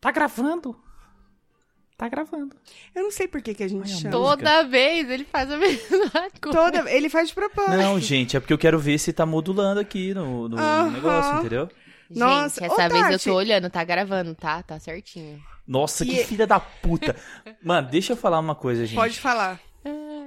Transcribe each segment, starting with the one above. Tá gravando? Tá gravando. Eu não sei por que, que a gente Olha, chama. amor. Toda vez ele faz a mesma coisa. Toda... Ele faz de propósito. Não, gente, é porque eu quero ver se tá modulando aqui no, no Aham. negócio, entendeu? Nossa, Gente, ô, essa vez eu Tati. tô olhando, tá gravando, tá? Tá certinho. Nossa, que E- filha da puta. Mano, deixa eu falar uma coisa, gente. Pode falar.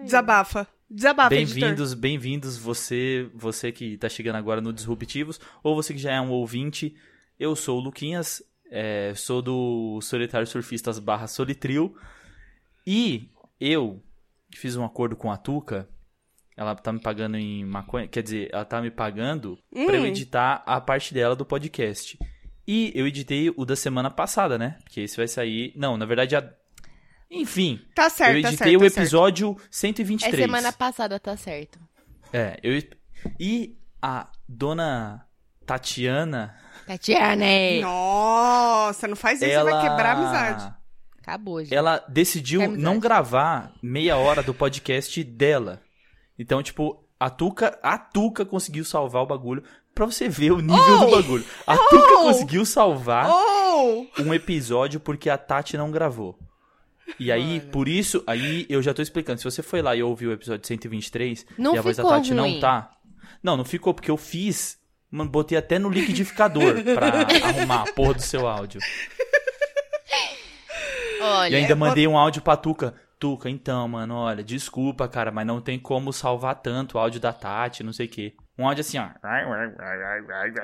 Desabafa. Desabafa, editor. Bem-vindos, bem-vindos você, você que tá chegando agora no Disruptivos, ou você que já é um ouvinte. Eu sou o Luquinhas, é, sou do Solitário Surfistas barra Solitril. E eu fiz um acordo com a Tuca. Ela tá me pagando em maconha. Quer dizer, ela tá me pagando pra eu Hum. editar a parte dela do podcast. E eu editei o da semana passada, né? Porque esse vai sair. Não, na verdade, a... enfim. Tá eu certo, tá editei certo. o tá certo. episódio É 123. semana passada, tá certo. É, eu. E a dona Tatiana. Tatiana, é. Nossa, não faz isso, ela... você vai quebrar a amizade. acabou, gente. Ela decidiu É amizade. não gravar meia hora do podcast dela. Então, tipo, a Tuca, a Tuca conseguiu salvar o bagulho. Pra você ver o nível do bagulho. A Tuca conseguiu salvar Oh! um episódio porque a Tati não gravou. E aí, Mano. por isso, aí eu já tô explicando. Se você foi lá e ouviu o episódio 123 Não e a voz da ficou Tati não ruim. tá. Não, não ficou, porque eu fiz. Mano, botei até no liquidificador pra arrumar a porra do seu áudio. Olha, é e ainda mandei um áudio pra Tuca. Tuca, então, mano, olha, desculpa, cara, mas não tem como salvar tanto o áudio da Tati, não sei o quê. Um áudio assim, ó.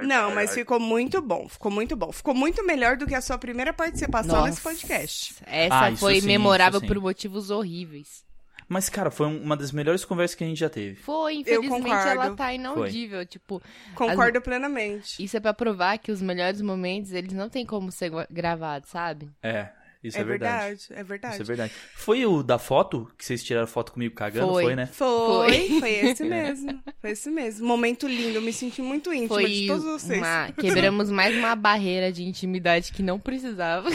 Não, mas ficou muito bom, ficou muito bom. Ficou muito melhor do que a sua primeira tá participação Nossa. nesse podcast. essa Ah, isso foi sim, memorável isso sim. por motivos horríveis. Mas, cara, foi uma das melhores conversas que a gente já teve. Foi, infelizmente concordo. ela tá inaudível. Tipo, Concordo plenamente. isso é pra provar que os melhores momentos, eles não tem como ser gua- gravados, sabe? É, isso é, é, verdade. verdade, é verdade. Isso é verdade. Foi o da foto que vocês tiraram foto comigo cagando? Foi, Foi. né? Foi, foi esse mesmo. Foi esse mesmo. Momento lindo, eu me senti muito íntima de Foi todos vocês. uma... Quebramos mais uma barreira de intimidade que não precisava.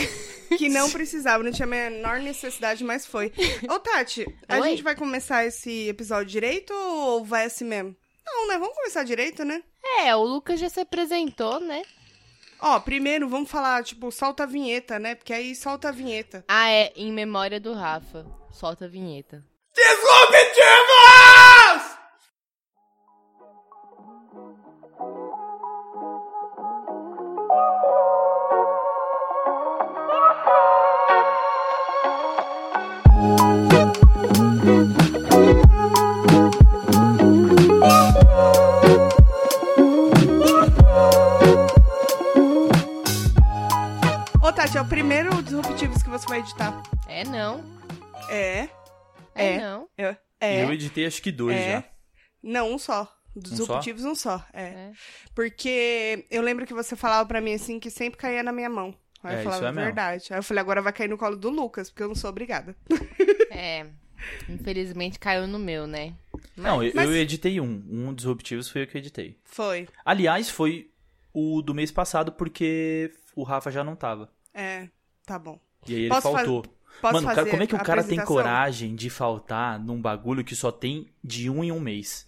Que não precisava, não tinha a menor necessidade, mas foi. Ô, Tati, a Oi. gente vai começar esse episódio direito ou vai assim mesmo? Não, né? Vamos começar direito, né? É, o Lucas já se apresentou, né? Ó, primeiro vamos falar, tipo, solta a vinheta, né? Porque aí solta a vinheta. Ah, é, em memória do Rafa. Solta a vinheta. Ô, Tati, é o primeiro Disruptivos que você vai editar. É não. É, É, É. não. é. Eu editei acho que dois É. já. Não, um só. Dos Um só? Disruptivos, um só. É. É. Porque eu lembro que você falava pra mim assim que sempre caía na minha mão. Aí É, eu falava isso é "É mesmo." verdade. Aí eu falei, agora vai cair no colo do Lucas, porque eu não sou obrigada. É. Infelizmente caiu no meu, né? Não, eu, Mas- eu editei um. Um dos objetivos foi eu que editei. Foi. Aliás, foi o do mês passado, porque o Rafa já não tava. É. Tá bom. E aí ele Posso faltou. Posso Mano, cara, fazer como é que o a cara tem apresentação? coragem de faltar num bagulho que só tem de um em um mês?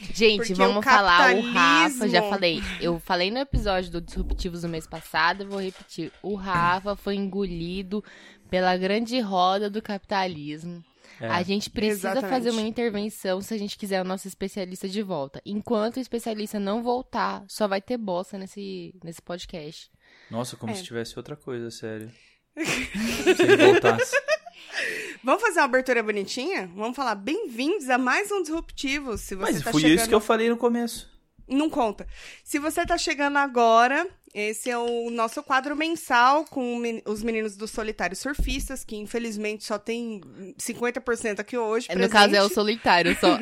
Gente, Porque o vamos falar o Rafa, já capitalismo- falei. Eu falei no episódio do Disruptivos do mês passado, eu vou repetir. O Rafa foi engolido pela grande roda do capitalismo. É. A gente precisa Exatamente. fazer uma intervenção se a gente quiser o nosso especialista de volta. Enquanto o especialista não voltar, só vai ter bosta nesse, nesse podcast. Nossa, como É. se tivesse outra coisa, sério. se ele voltasse. Vamos fazer uma abertura bonitinha? Vamos falar bem-vindos a mais um Disruptivo. Se você Mas tá foi chegando... isso que eu falei no começo. Não conta. Se você tá chegando agora, esse é o nosso quadro mensal com o men- os meninos do Solitário Surfistas, que infelizmente só tem 50% aqui hoje. No caso, é o presente. solitário só.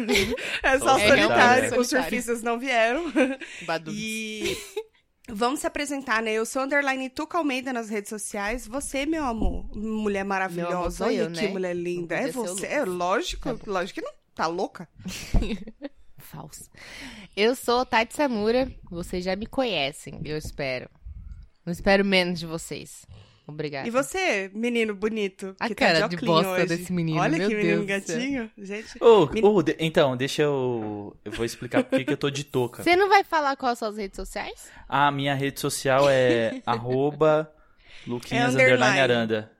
É só Só o o solitário, solitário, né? os surfistas não vieram. Badu. E vamos se apresentar, né? Eu sou underline Tuca Almeida nas redes sociais. Você, meu amor, mulher Meu amor, maravilhosa. sou Olha eu, que né? mulher linda. Não É podia ser o você, Lucas. é lógico, Tá bom. lógico que não. Tá louca? Falso. Eu sou Tati Samura. Vocês já me conhecem, eu espero. Não espero menos de vocês. Obrigada. E você, menino bonito, É. A que cara tá de de, óculos bosta hoje. desse menino, Olha meu que menino Deus do céu. gatinho. Gente, Ô, Men- ô, de- então, deixa eu. Eu vou explicar por que que eu tô de touca. Você não vai falar quais são as redes sociais? A minha rede social é arroba Luquinhas underline. underline Aranda.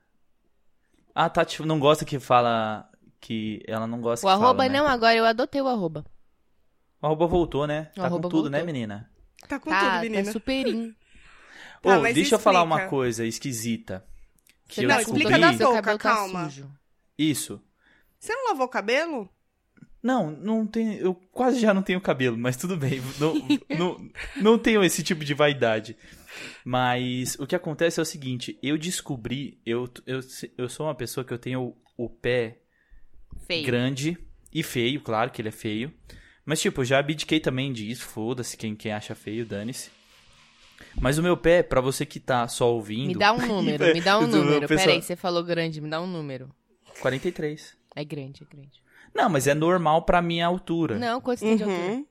Ah, Tati não gosta que fala que ela não gosta O que arroba fala, né? não, é- agora eu adotei o arroba. O arroba voltou, né? Tá arroba com tudo, né, voltou. menina? Tá com tá, tudo, menina. tá superinho. Ô, Tá, mas deixa eu falar explica. uma coisa esquisita. Que Você tá eu Não, descobri. explica da Seu touca, cabelo tá calma. sujo. Isso. Você não lavou o cabelo? Não, não tem. Eu quase já não tenho cabelo, mas tudo bem. Não, não, não tenho esse tipo de vaidade. Mas o que acontece é o seguinte: eu descobri. Eu, eu, eu sou uma pessoa que eu tenho o, o pé Feio. grande e feio, claro que ele é feio. Mas, tipo, eu já abdiquei também disso. Foda-se quem, quem acha feio, dane-se. Mas o meu pé, pra você que tá só ouvindo. Me dá um número, me dá um Pessoal- número. Peraí, você falou grande, me dá um número. 43. É grande, é grande. Não, mas é normal pra minha altura. Não, quanto você tem de altura? Uhum.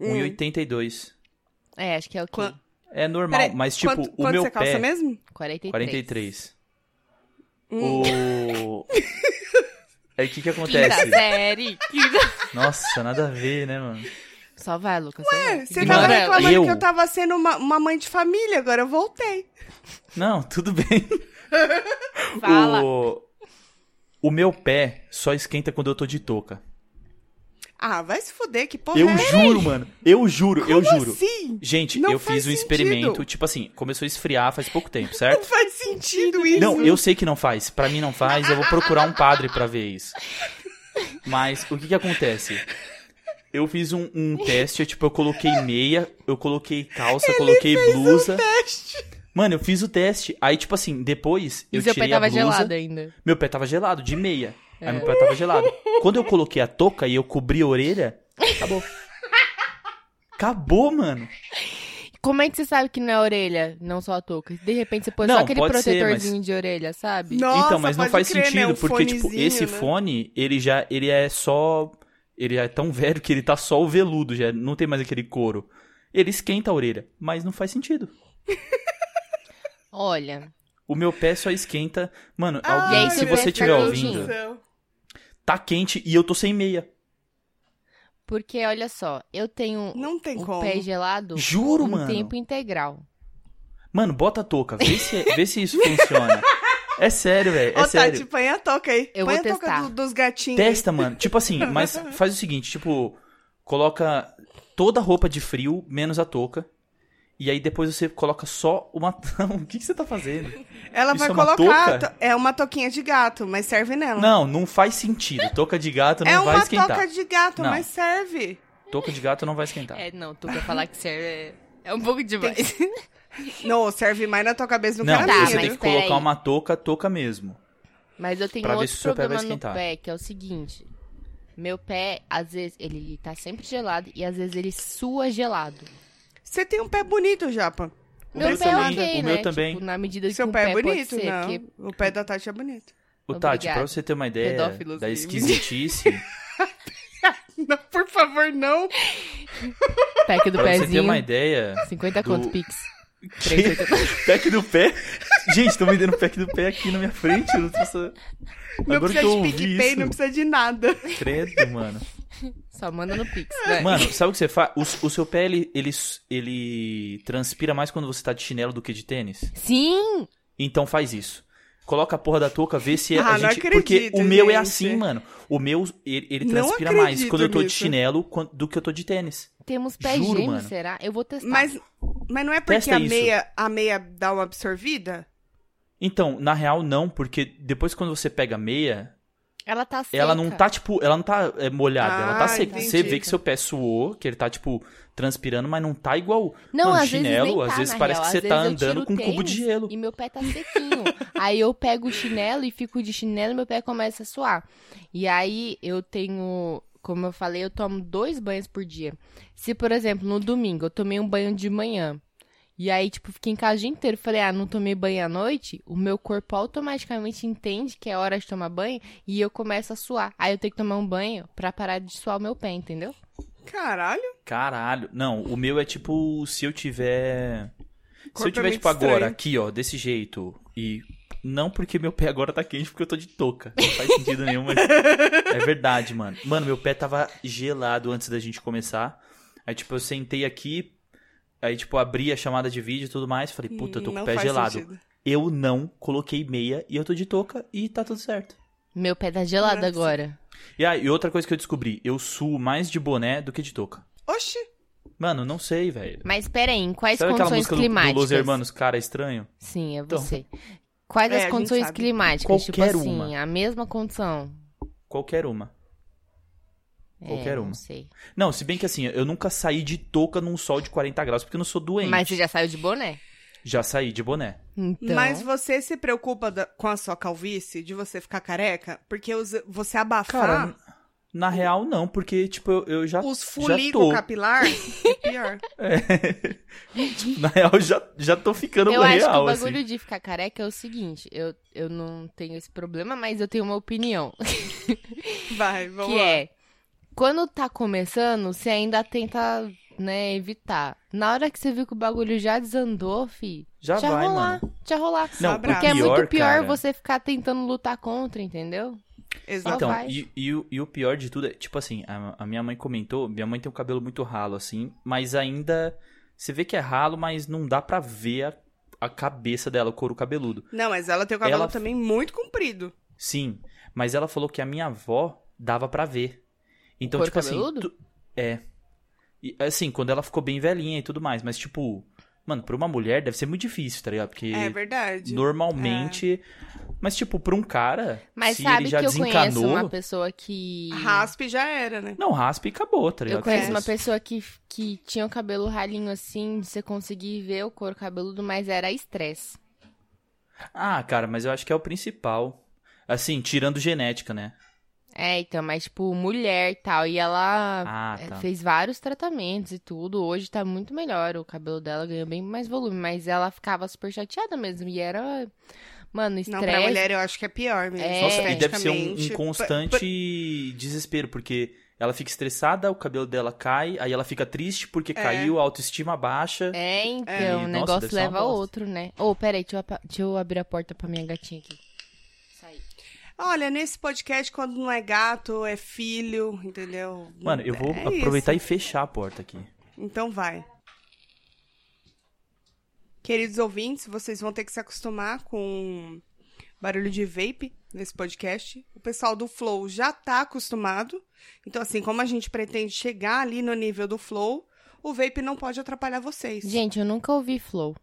Hum. 1,82. É, acho que é o quê? Quan- É normal, Peraí, mas tipo, quanto, o quanto meu você calça pé... mesmo? 43. 43. Hum. O... Aí o que que Quinta acontece? série. quinta- Nossa, nada a ver, né, mano? Só vai, Lucas. É, você Ignora tava reclamando eu. que eu tava sendo uma, uma mãe de família, agora eu voltei. Não, tudo bem. Fala. O... o meu pé só esquenta quando eu tô de touca. Ah, vai se fuder, que porra Eu é? juro, mano. Eu juro, eu Como juro. assim? Gente, Não eu faz fiz um sentido. experimento, tipo assim, começou a esfriar faz pouco tempo, Não certo? faz sentido isso. Não, eu sei que não faz. Pra mim não faz. Eu vou procurar um padre pra ver isso. Mas o que que acontece? Eu fiz um, um teste, eu, tipo, eu coloquei meia, eu coloquei calça, eu coloquei um blusa. Mano, eu fiz o teste. Aí, tipo assim, depois eu E seu pé tirei tava a blusa. gelado ainda. Meu pé tava gelado, de meia. Aí meu pé tava gelado. Quando eu coloquei a touca e eu cobri a orelha, acabou. Acabou, mano. Como é que você sabe que não é orelha, não só a touca? De repente você pôs Não, só aquele pode ser, protetorzinho de orelha, sabe? Nossa, então, mas não pode faz crer, né? sentido, Um porque, tipo, fonezinho, esse né? fone, ele já, ele é só, ele é tão velho que ele tá só o veludo, já não tem mais aquele couro. Ele esquenta a orelha, mas não faz sentido. Olha, O meu pé só esquenta, mano, Ai, alguém, E aí se seu pé você fica estiver Ah, meu Deus tá ouvindo, do céu. tá quente e eu tô sem meia. porque olha só, eu tenho Não tem o como. pé gelado Juro, um em mano. tempo integral. Mano, bota a touca, vê se, é, vê se isso funciona. É sério, velho, é Ô, sério. Tati, põe a toca aí. Eu põe vou a toca testar. do- dos gatinhos. Testa, mano. Tipo assim, mas faz o seguinte, tipo, coloca toda a roupa de frio, menos a touca. E aí depois você coloca só uma. o que, que você tá fazendo? Ela Isso vai é uma colocar. touca? to- É uma toquinha de gato, mas serve nela. Não, não faz sentido. Touca de gato não é vai uma esquentar. toca de gato, Não. mas serve. Touca de gato não vai esquentar. É, não, tu vai falar que serve é um pouco demais. Não, serve mais na tua cabeça do né? que não, na minha. você mas tem que peraí. colocar uma touca, touca mesmo. Mas eu tenho Pra ver outro se o seu pé vai problema no esquentar. pé, que é o seguinte. Meu pé, às vezes, ele tá sempre gelado e às vezes ele sua gelado. Você tem um pé bonito, Japa. O meu meu pé é também, ok, o né? meu também. Tipo, na medida que Seu um pé é pode bonito, ser, não. porque- O pé da Tati é bonito. O Tati, Obrigada. pra você ter uma ideia Pedófilos da livres. esquisitice, Não, por favor, não. Pack do pra você ter uma pezinho, ideia. 50 do- conto Pix. Que? Pack do pé? Gente, estão me dando pack do pé aqui na minha frente. Eu não precisa... Não Agora que precisa eu de ouvi PicPay, isso, não precisa de nada. credo, mano. Só manda no Pix, né? Mano, sabe o que você faz? O, o seu pé, ele, ele, ele transpira mais quando você tá de chinelo do que de tênis. Sim! Então faz isso. Coloca a porra da touca, vê se é Ah, a não gente... acredito, porque o meu é gente. assim, mano. O meu, ele, ele Não transpira mais acredito quando eu tô de nisso. chinelo quan- do que eu tô de tênis. Temos pé Juro, gêmeo, mano. será? Eu vou testar. Mas, mas não é porque Testa a isso. meia, a meia dá uma absorvida? Então, na real, não, porque depois quando você pega a meia, Ela tá seca. ela não tá, tipo, ela não tá é, molhada, ela tá Ah, seca. entendi. Você vê que seu pé suou, que ele tá, tipo, transpirando, mas não tá igual. Não, mano, às chinelo, vezes nem às tá, vezes na parece real. que você Às tá vezes eu andando tiro com um cubo tênis de gelo. E meu pé tá sequinho. aí eu pego o chinelo e fico de chinelo e meu pé começa a suar. E aí eu tenho, como eu falei, eu tomo dois banhos por dia. Se, por exemplo, no domingo eu tomei um banho de manhã. E aí, tipo, fiquei em casa o dia inteiro. Falei, ah, não tomei banho à noite. O meu corpo automaticamente entende que é hora de tomar banho e eu começo a suar. Aí eu tenho que tomar um banho pra parar de suar o meu pé, entendeu? Caralho. Caralho. Não, o meu é tipo, se eu tiver. Corpo se eu é tiver, muito tipo, agora, estranho. aqui, ó, desse jeito. E. Não porque meu pé agora tá quente, porque eu tô de touca. Não faz sentido nenhum, mas. É verdade, mano. Mano, meu pé tava gelado antes da gente começar. Aí, tipo, eu sentei aqui. Aí, tipo, abri a chamada de vídeo e tudo mais. Falei, puta, eu tô com Não o pé faz gelado. sentido. Eu não coloquei meia e eu tô de touca e tá tudo certo. Meu pé tá gelado Nossa. agora. E, ah, e outra coisa que eu descobri, eu suo mais de boné do que de touca. Oxi, Mano, não sei, velho. Mas pera aí, em quais Sabe aquela condições música do, do climáticas? Los Hermanos, cara estranho? Sim, é Então. você. Quais É, a as gente condições sabe. climáticas? Qualquer tipo assim, uma. a mesma condição. Qualquer uma. É, Qualquer uma. Não sei. Não, se bem que assim, eu nunca saí de touca num sol de 40 graus, porque eu não sou doente. Mas você já saiu de boné. Já saí de boné. Então. mas você se preocupa da- com a sua calvície, de você ficar careca? Porque os- você abafar Cara, n- na real não, porque tipo, eu, eu já os tô. folículos capilares é pior. na real eu já já tô ficando Eu acho que o real bagulho assim. de ficar careca é o seguinte, eu, eu não tenho esse problema, mas eu tenho uma opinião. Vai, vamos que lá. é, quando tá começando, você ainda tenta, né, evitar. Na hora que você viu que o bagulho já desandou, fi, Já já vai, rolar, mano. já rolar. Não, Sabrá. Porque é muito pior cara, você ficar tentando lutar contra, entendeu? Exato. Então, vai. e, e o- e o pior de tudo é, tipo assim, a, a minha mãe comentou, minha mãe tem um cabelo muito ralo, assim, mas ainda. Você vê que é ralo, mas não dá pra ver a, a cabeça dela, o couro cabeludo. Não, mas ela tem o cabelo Ela- também muito comprido. Sim, mas ela falou que a minha avó dava pra ver. Então, Couro tipo assim. cabeludo? tu- é. E, assim, quando ela ficou bem velhinha e tudo mais, mas tipo. Mano, pra uma mulher deve ser muito difícil, tá ligado? Porque É verdade. normalmente. Mas, tipo, pra um cara. É. Mas se sabe ele que já eu conheço desencanou. uma pessoa que... Raspe já era, né? Não, raspa e acabou, tá ligado? Eu conheço uma Foda-se. pessoa que, que tinha o cabelo ralinho assim, de você conseguir ver o couro cabeludo, mas era estresse. Ah, cara, mas eu acho que é o principal. Assim, tirando genética, né? É, então, mas tipo, mulher e tal. E ela Ah, é, tá. fez vários tratamentos e tudo. Hoje tá muito melhor. O cabelo dela ganhou bem mais volume. Mas ela ficava super chateada mesmo. E era. Mano, Não, pra estresse. mulher eu acho que é pior mesmo. É. Nossa, e deve ser um, um esteticamente. constante desespero, porque ela fica estressada, o cabelo dela cai, aí ela fica triste porque caiu, a autoestima baixa. É, então, É. o Nossa, negócio deve ser uma leva a bosta. outro, né? Ô, peraí, deixa eu, apa- deixa eu abrir a porta pra minha gatinha aqui. Sai. Olha, nesse podcast, quando não é gato, é filho, entendeu? Mano, eu vou É aproveitar e fechar a porta aqui. isso. Então vai. Queridos ouvintes, vocês vão ter que se acostumar com barulho de vape nesse podcast. O pessoal do Flow já tá acostumado. Então, assim, como a gente pretende chegar ali no nível do Flow, o vape não pode atrapalhar vocês. Gente, eu nunca ouvi flow.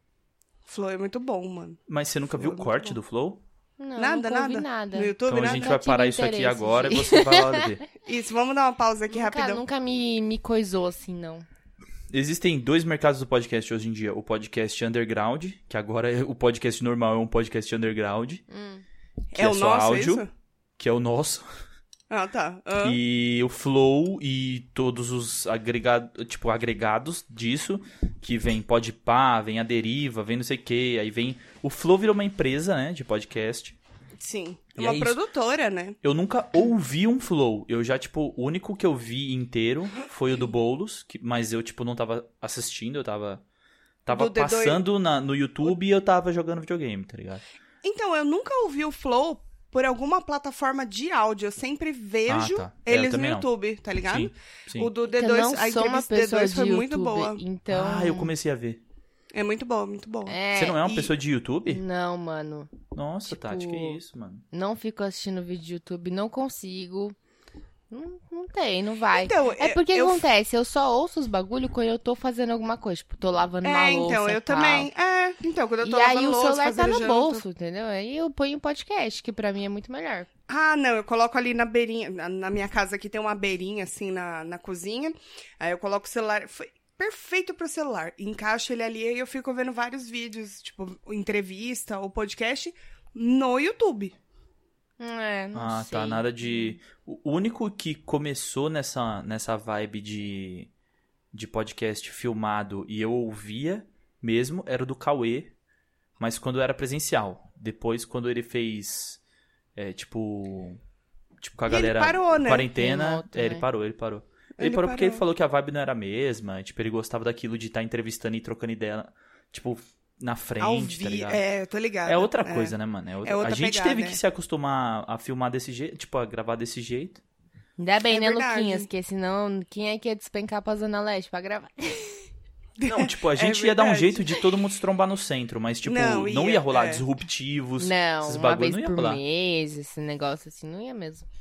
Flow é muito bom, mano. Mas você nunca viu o Muito corte bom. do Flow? Não, nada, nunca ouvi nada. nada. No YouTube, Então a nada. gente Nunca vai tive parar isso aqui interesse, agora e gente. você vai lá ver. Isso, vamos dar uma pausa aqui Nunca, rapidão. nunca me, me coisou assim, não. Existem dois mercados do podcast hoje em dia. O podcast underground, que agora é- o podcast normal é um podcast underground, que é, é o só nosso, é áudio, isso? que é o nosso. Ah, tá. Ah. E o Flow e todos os agregado, tipo, agregados disso, que vem Podpah, vem a Deriva, vem não sei o que, aí vem... O Flow virou uma empresa, né, de podcast. Sim. E uma é isso. produtora, né? Eu nunca ouvi um Flow. Eu já, tipo, o único que eu vi inteiro foi o do Boulos, que- mas eu, tipo, não tava assistindo, eu tava... Tava Do D2. passando na- no YouTube e eu tava jogando videogame, tá ligado? Então, eu nunca ouvi o Flow por alguma plataforma de áudio. Eu sempre vejo Ah, tá. É, eu eles no também não. YouTube, tá ligado? Sim, sim. O do Que Eu D2, não a sou uma entrevista pessoa D2 foi de muito YouTube, boa. Então. Ah, eu comecei a ver. É muito boa, muito boa. É, Você não é uma e- pessoa de YouTube? Não, mano. Nossa, tipo- Tati, que isso, mano. Não fico assistindo vídeo de YouTube, não consigo. Não, não tem, não vai. Então, é eu- porque eu- acontece, eu só ouço os bagulho quando eu tô fazendo alguma coisa. Tipo, tô lavando uma É, louça. então, eu tal. também. É, então, quando eu tá. E tô aí lavando o louça, celular tá fazendo no janta. bolso, entendeu? Aí eu ponho um podcast, que pra mim é muito melhor. Ah, não, eu coloco ali na beirinha. Na, na minha casa aqui tem uma beirinha, assim, na, na cozinha. Aí eu coloco o celular. Foi perfeito pro celular. Encaixo ele ali e eu fico vendo vários vídeos, tipo, entrevista ou podcast no YouTube. É, não Ah, sei. tá. Nada de. O único que começou nessa, nessa vibe de, de podcast filmado e eu ouvia mesmo era o do Cauê, mas quando era presencial. Depois, quando ele fez. é, tipo. Tipo, com a E ele galera. parou, né? Quarentena. Remoto, é, ele né? parou, ele parou. Ele, Ele parou porque parou. ele falou que a vibe não era a mesma. Tipo, ele gostava daquilo de estar entrevistando e trocando ideia. Tipo, na frente, Ao tá vi... ligado? é, tô ligada. É outra coisa, né, mano? É outra... É outra a gente pegada, teve é. que se acostumar a filmar desse jeito, tipo, a gravar desse jeito. Ainda bem, É né, verdade. Luquinhas? Porque senão, quem é que ia despencar pra Zona Leste pra gravar? Não, tipo, a É gente ia dar um verdade. jeito de todo mundo se trombar no centro, mas, tipo, Não, não ia, ia, rolar é. disruptivos. Não, esses uma bagulho vez não ia por rolar. mês, esse negócio assim, não ia mesmo. É.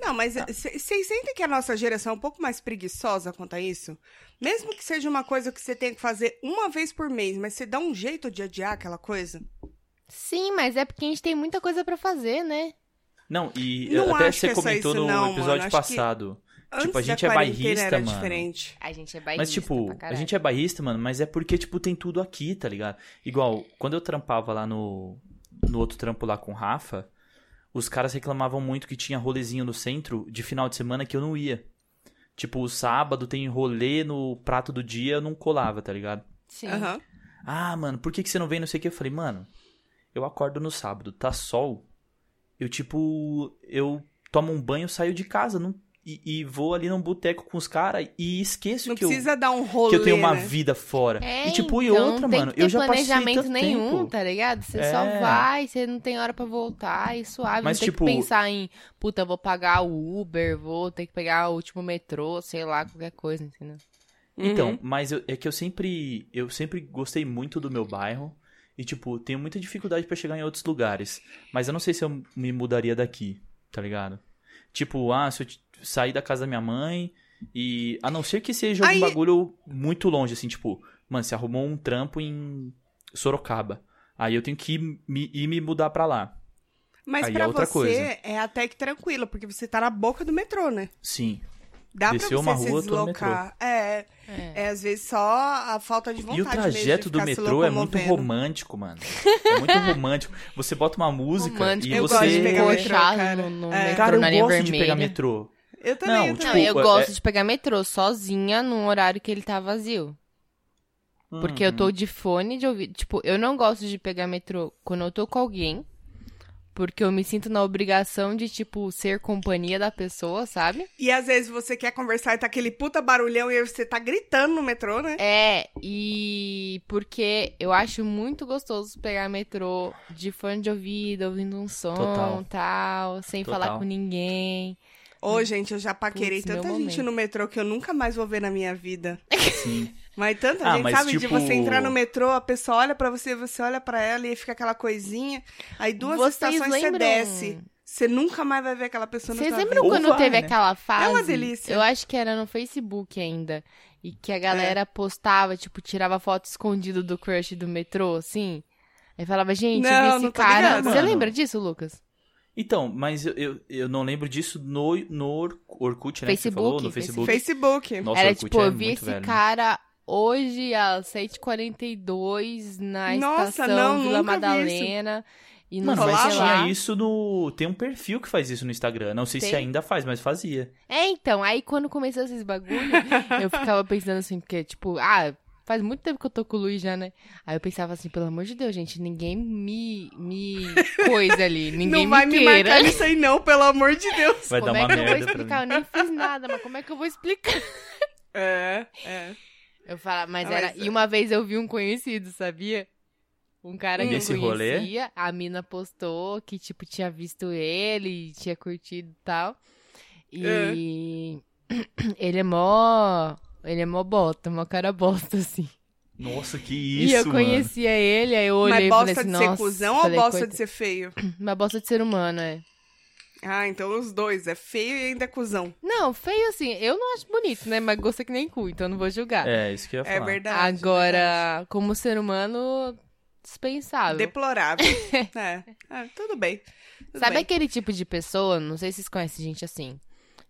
Não, mas Tá. vocês sentem que a nossa geração é um pouco mais preguiçosa quanto a isso? Mesmo que seja uma coisa que você tenha que fazer uma vez por mês, mas você dá um jeito de adiar aquela coisa? Sim, mas é porque a gente tem muita coisa pra fazer, né? Não, e Não até acho você que é só comentou isso, no não, mano. episódio Acho que- passado. Tipo, a Antes da gente é quarentena bairrista, era mano. diferente. A gente é bairrista Mas, tipo, pra a caralho. gente é bairrista, mano, mas é porque, tipo, tem tudo aqui, tá ligado? Igual, quando eu trampava lá no, no outro trampo lá com o Rafa, os caras reclamavam muito que tinha rolezinho no centro de final de semana que eu não ia. Tipo, o sábado tem rolê no prato do dia, eu não colava, tá ligado? Sim. Aham. Ah, mano, por que, que você não vem não sei o que? Eu falei, mano, eu acordo no sábado, tá sol. Eu, tipo, eu tomo um banho, saio de casa não- e, e vou ali num boteco com os caras e esqueço Não que eu, precisa dar um rolê, que eu tenho uma né? vida fora. É, e, tipo, e então, outra, não tem mano, que ter eu já planejamento passei tanto nenhum, tempo. tá ligado? Você só É. vai, você não tem hora pra voltar e suave. Mas, não tem tipo- que pensar em, puta, vou pagar o Uber, vou ter que pegar o último metrô, sei lá, qualquer coisa, entendeu? Então, Uhum. mas eu- é que eu sempre, eu sempre gostei muito do meu bairro e tipo, tenho muita dificuldade pra chegar em outros lugares, mas eu não sei se eu me mudaria daqui, tá ligado? Tipo, ah, se eu t- sair da casa da minha mãe e a não ser que seja um Aí- bagulho muito longe assim, tipo, mano, se arrumou um trampo em Sorocaba. Aí eu tenho que ir me, ir me mudar pra lá. Mas Aí é pra outra você coisa. é até que tranquilo, porque você tá na boca do metrô, né? Sim. Dá Desceu pra você uma se rua, tô no deslocar. É, É. é, às vezes só a falta de vontade E o trajeto mesmo de do ficar se metrô é muito locomovendo. romântico, mano. É muito romântico. Você bota uma música Romântico, e Eu você. gosto de pegar metrô, coxado cara. no, no É. metrô Cara, eu na linha gosto de vermelha. pegar metrô. Eu também, Não, eu tipo, Não, também. eu é- gosto de pegar metrô sozinha num horário que ele tá vazio. Porque eu Uhum. tô de fone de ouvido. Tipo, eu não gosto de pegar metrô quando eu tô com alguém. Porque eu me sinto na obrigação de, tipo, ser companhia da pessoa, sabe? E às vezes você quer conversar e tá aquele puta barulhão e você tá gritando no metrô, né? É, e porque eu acho muito gostoso pegar metrô de fone de ouvido, ouvindo um som Total. tal, sem Total. falar com ninguém. Ô, Hum. gente, eu já paquerei Putz, meu tanta gente momento. no metrô que eu nunca mais vou ver na minha vida. Sim. Mas tanta Ah, gente, mas sabe? De tipo- você entrar no metrô, a pessoa olha pra você, você olha pra ela e fica aquela coisinha. Aí duas Vocês estações você lembram- desce. Você nunca mais vai ver aquela pessoa no Vocês metrô. lembram Ou quando vai, teve né? aquela fase? É uma delícia. Eu acho que era no Facebook ainda. E que a É. galera postava, tipo, tirava foto escondido do crush do metrô, assim. Aí falava, gente, eu vi Não, esse não tô cara. ligada. Você Mano. lembra disso, Lucas? Então, mas eu, eu, eu não lembro disso no, no Or- Orkut, né? que você Facebook, falou, no Facebook. Facebook. Nossa, era Orkut tipo, é eu vi muito esse velho, né? cara hoje às 7h42 na Nossa, estação não, Vila nunca vi isso. Madalena. E não Mano, sei mas sei lá. tinha isso no. Tem um perfil que faz isso no Instagram. Não sei se Tem? ainda faz, mas fazia. É, então, aí quando começou esses bagulho, eu ficava pensando assim, porque, tipo, ah, faz muito tempo que eu tô com o Luiz já, né? Aí eu pensava assim, pelo amor de Deus, gente, ninguém me, me coisa ali, ninguém não vai me queira. marcar isso aí, não, pelo amor de Deus. Vai como dar é uma que merda eu vou pra mim. explicar? Eu nem fiz nada, mas como é que eu vou explicar? É, é. Eu falava, mas Ah, era... mas é. E uma vez eu vi um conhecido, sabia? Um cara que Nesse eu rolê? conhecia, a mina postou que, tipo, tinha visto ele, tinha curtido e tal. E ele é mó... Ele é mó bota, mó cara bosta, assim. Nossa, que isso. e eu mano. conhecia ele, aí eu olhei Mas e falei bosta assim, de nossa... ser cuzão ou falei, bosta "Coita- de ser feio? Mas bosta de ser humano, é. Ah, então os dois. É feio e ainda é cuzão. Não, feio assim, eu não acho bonito, né? Mas gosto é que nem cu, então eu não vou julgar. É, isso que eu ia falar. É verdade. Agora, verdade. como ser humano, dispensável. Deplorável. é. Ah, tudo bem. Tudo Sabe bem. aquele tipo de pessoa? Não sei se vocês conhecem gente assim.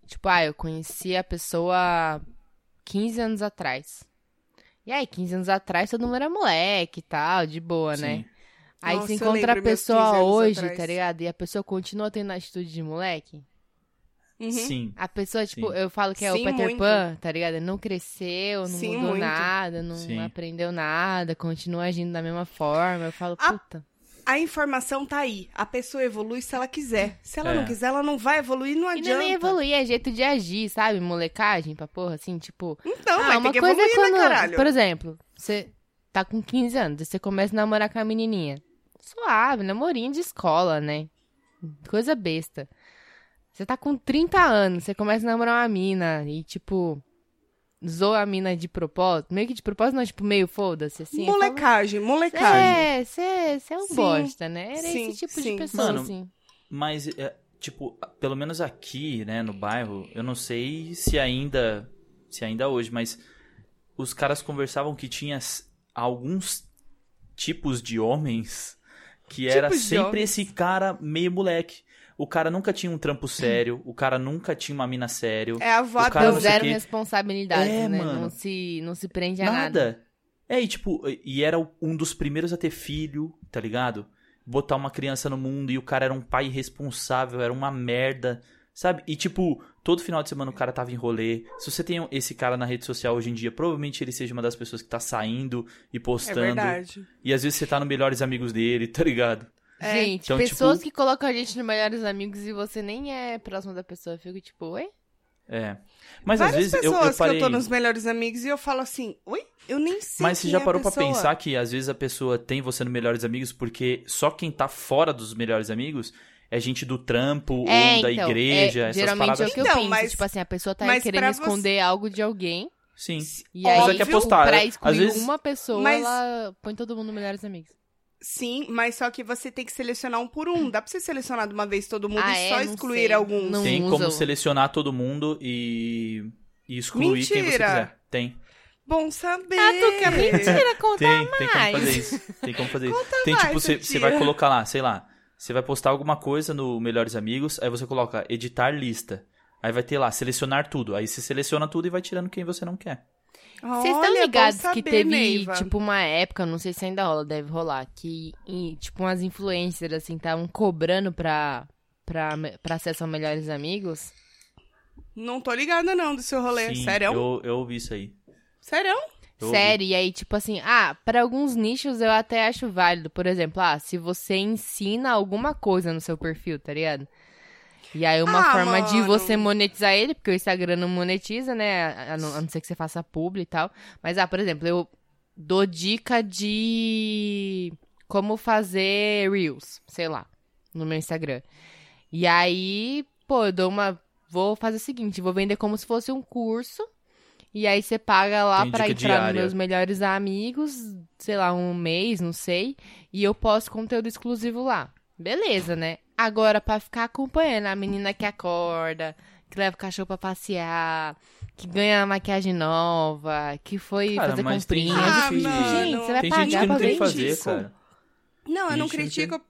Tipo, ah, eu conheci a pessoa 15 anos atrás. E aí, 15 anos atrás, todo mundo era moleque e tal, de boa, né? Sim. Aí Nossa, você eu encontra a lembro meus 15 pessoa anos hoje, atrás. tá ligado? E a pessoa continua tendo a atitude de moleque. Uhum. Sim. A pessoa, tipo, Sim. eu falo que é Sim, o Peter muito. Pan, tá ligado? Não cresceu, não Sim, mudou muito. nada, não Sim. aprendeu nada, continua agindo da mesma forma. Eu falo, Ah, puta. A informação tá aí. A pessoa evolui se ela quiser. Se ela É. não quiser, ela não vai evoluir, não E adianta. não é nem evoluir, é jeito de agir, sabe? Molecagem pra porra, assim, tipo. Então, ah, vai uma ter que coisa evoluir, é quando, né, caralho? por exemplo, você tá com 15 anos, você começa a namorar com a menininha. Suave, namorinho de escola, né? Coisa besta. Você tá com 30 anos, você começa a namorar uma mina e, tipo, zoa a mina de propósito, meio que de propósito, não, tipo, meio foda-se, assim. eu falo, molecagem, molecagem. É, você é um Sim. bosta, né? Era Sim, esse tipo sim. de pessoa, Mano, assim. Mas, é, tipo, pelo menos aqui, né, no bairro, eu não sei se ainda. Se ainda hoje, mas os caras conversavam que tinha s- alguns tipos de homens que era Tipos de sempre homens. esse cara meio moleque. O cara nunca tinha um trampo sério, o cara nunca tinha uma mina sério. É, a avó O cara dando- não Não sei zero o quê. responsabilidade, É, né? mano. Não se, não se prende a nada. nada. É, e tipo, e era um dos primeiros a ter filho, tá ligado? Botar uma criança no mundo e o cara era um pai irresponsável, era uma merda, sabe? E tipo, todo final de semana o cara tava em rolê. Se você tem esse cara na rede social hoje em dia, provavelmente ele seja uma das pessoas que tá saindo e É postando. verdade. e às vezes você tá no melhores amigos dele, tá ligado? É, Gente, então, pessoas tipo- que colocam a gente nos melhores amigos e você nem é próximo da pessoa, eu fico tipo, oi? É. Mas Várias às vezes eu, pessoas eu parei. que eu tô nos melhores amigos e eu falo assim, oi? Eu nem sei. Mas você quem já é a parou pra pessoa." pensar que às vezes a pessoa tem você no Melhores Amigos porque só quem tá fora dos Melhores Amigos é gente do trampo é, ou um da então, igreja, é, essas geralmente paradas. é o que eu Então, penso, mas- tipo assim, a pessoa tá mas pra querendo você- esconder algo de alguém, Sim. e Mas aí, é que é tipo, postar, pra né? excluir Às vezes- uma pessoa, Mas- ela põe todo mundo nos melhores amigos. Sim, mas só que você tem que selecionar um por um. Dá pra você selecionar de uma vez todo mundo Ah, e é? só Não excluir sei. alguns. Não Tem usam. como selecionar todo mundo e, e excluir quem você Mentira! quiser. Tem. Bom saber. Ah, tu quer mentira, conta Tem, tem como mais. fazer isso. Tem como fazer isso. Tem mais, tipo, você, seu você vai tio. colocar lá, sei lá, você vai postar alguma coisa no Melhores Amigos, aí você coloca editar lista. Aí vai ter lá, selecionar tudo. Aí você seleciona tudo e vai tirando quem você não quer. Vocês Olha, é estão bom ligados saber, que teve, Neiva. tipo, uma época, não sei se ainda rola, deve rolar, que, em- tipo, umas influencers, assim, estavam cobrando pra, pra, pra acesso a melhores amigos? Não tô ligada, não, do seu rolê. Sim, Sério? Eu, eu ouvi isso aí. Sério? Eu ouvi. Sério, e aí, tipo assim, ah, pra alguns nichos eu até acho válido. Por exemplo, ah, se você ensina alguma coisa no seu perfil, tá ligado? E aí, uma Ah, forma de mano. você monetizar ele, porque o Instagram não monetiza, né? A, a não, a não ser que você faça publi e tal. Mas, ah, por exemplo, eu dou dica de como fazer Reels, sei lá, no meu Instagram. E aí, pô, eu dou uma. Vou fazer o seguinte, vou vender como se fosse um curso. E aí você paga lá Tem pra dica entrar nos diária. meus melhores amigos, sei lá, um mês, não sei. E eu posto conteúdo exclusivo lá. Beleza, né? Agora, pra ficar acompanhando a menina que acorda, que leva o cachorro pra passear, que ganha maquiagem nova, que foi Cara, fazer mas tem comprinhas. gente eu fico, que- Ah, gente, você mano. vai Tem pagar gente que não pra tem o ver que fazer, isso? cara. Não, eu não Ixi, não critico.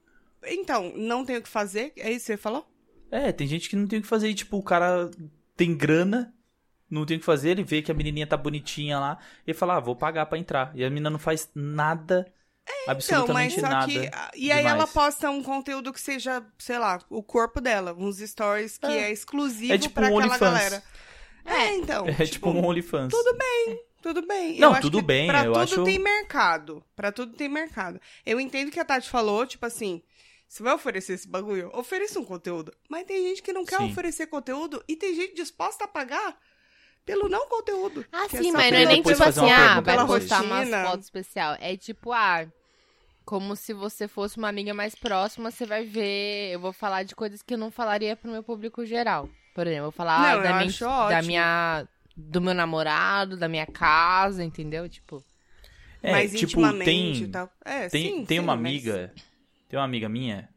Então, não tem o que fazer. É isso que você falou? É, tem gente que não tem o que fazer. E, tipo, o cara tem grana, não tem o que fazer. Ele vê que a menininha tá bonitinha lá. Ele fala, ah, vou pagar pra entrar. E a menina não faz nada, Então, mas absolutamente só nada. que. E aí demais. ela posta um conteúdo que seja, sei lá, o corpo dela. Uns stories que é, exclusivo É tipo pra um aquela OnlyFans. galera. É, então. É tipo um OnlyFans. tudo Tudo bem. Não, eu acho tudo que bem, Pra eu tudo acho- tem mercado. Pra tudo tem mercado. Eu entendo que a Tati falou, tipo assim, você vai oferecer esse bagulho? Ofereça um conteúdo. Mas tem gente que não quer Sim. oferecer conteúdo e tem gente disposta a pagar pelo não conteúdo. Ah, Que sim, essa mas não é Eu nem queria tipo fazer assim, uma ah, pergunta vai pra vocês. postar umas Rotina. fotos especial. É tipo, ah, como se você fosse uma amiga mais próxima, você vai ver. Eu vou falar de coisas que eu não falaria pro meu público geral. Por exemplo, eu vou falar ah, Não, da, eu minha, acho da ótimo. minha. do meu namorado, da minha casa, entendeu? Tipo. É, mas tipo, intimamente tem, e tal. É, tem, sim, tem sim, uma mas- amiga, tem uma amiga minha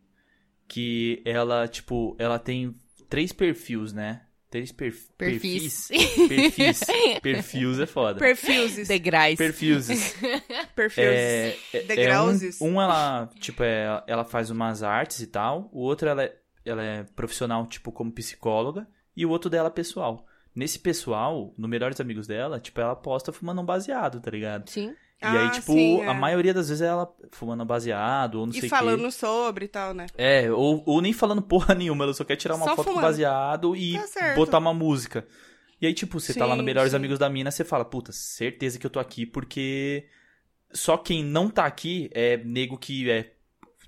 que ela, tipo, ela tem três perfis, né? Três perf- Perfis. Perfis. perfis. Perfis é foda. Perfis. The Grace. Perfis. Perfis. É, é- é Degrauses. um, um ela, tipo, é, ela faz umas artes e tal. O outro, ela é, ela é profissional, tipo, como psicóloga. E o outro dela é pessoal. Nesse pessoal, no Melhores Amigos dela, tipo, ela posta fumando um baseado, tá ligado? Sim. e Ah, aí, tipo, sim, é. a maioria das vezes é ela fumando um baseado, ou não E sei o quê. falando sobre e tal, né? É, ou, ou nem falando porra nenhuma, ela só quer tirar uma Só foto com fumando. baseado e Tá certo. botar uma música. E aí, tipo, você tá lá no Sim, Melhores sim. Amigos da Mina, você fala, puta, certeza que eu tô aqui, porque só quem não tá aqui é nego que é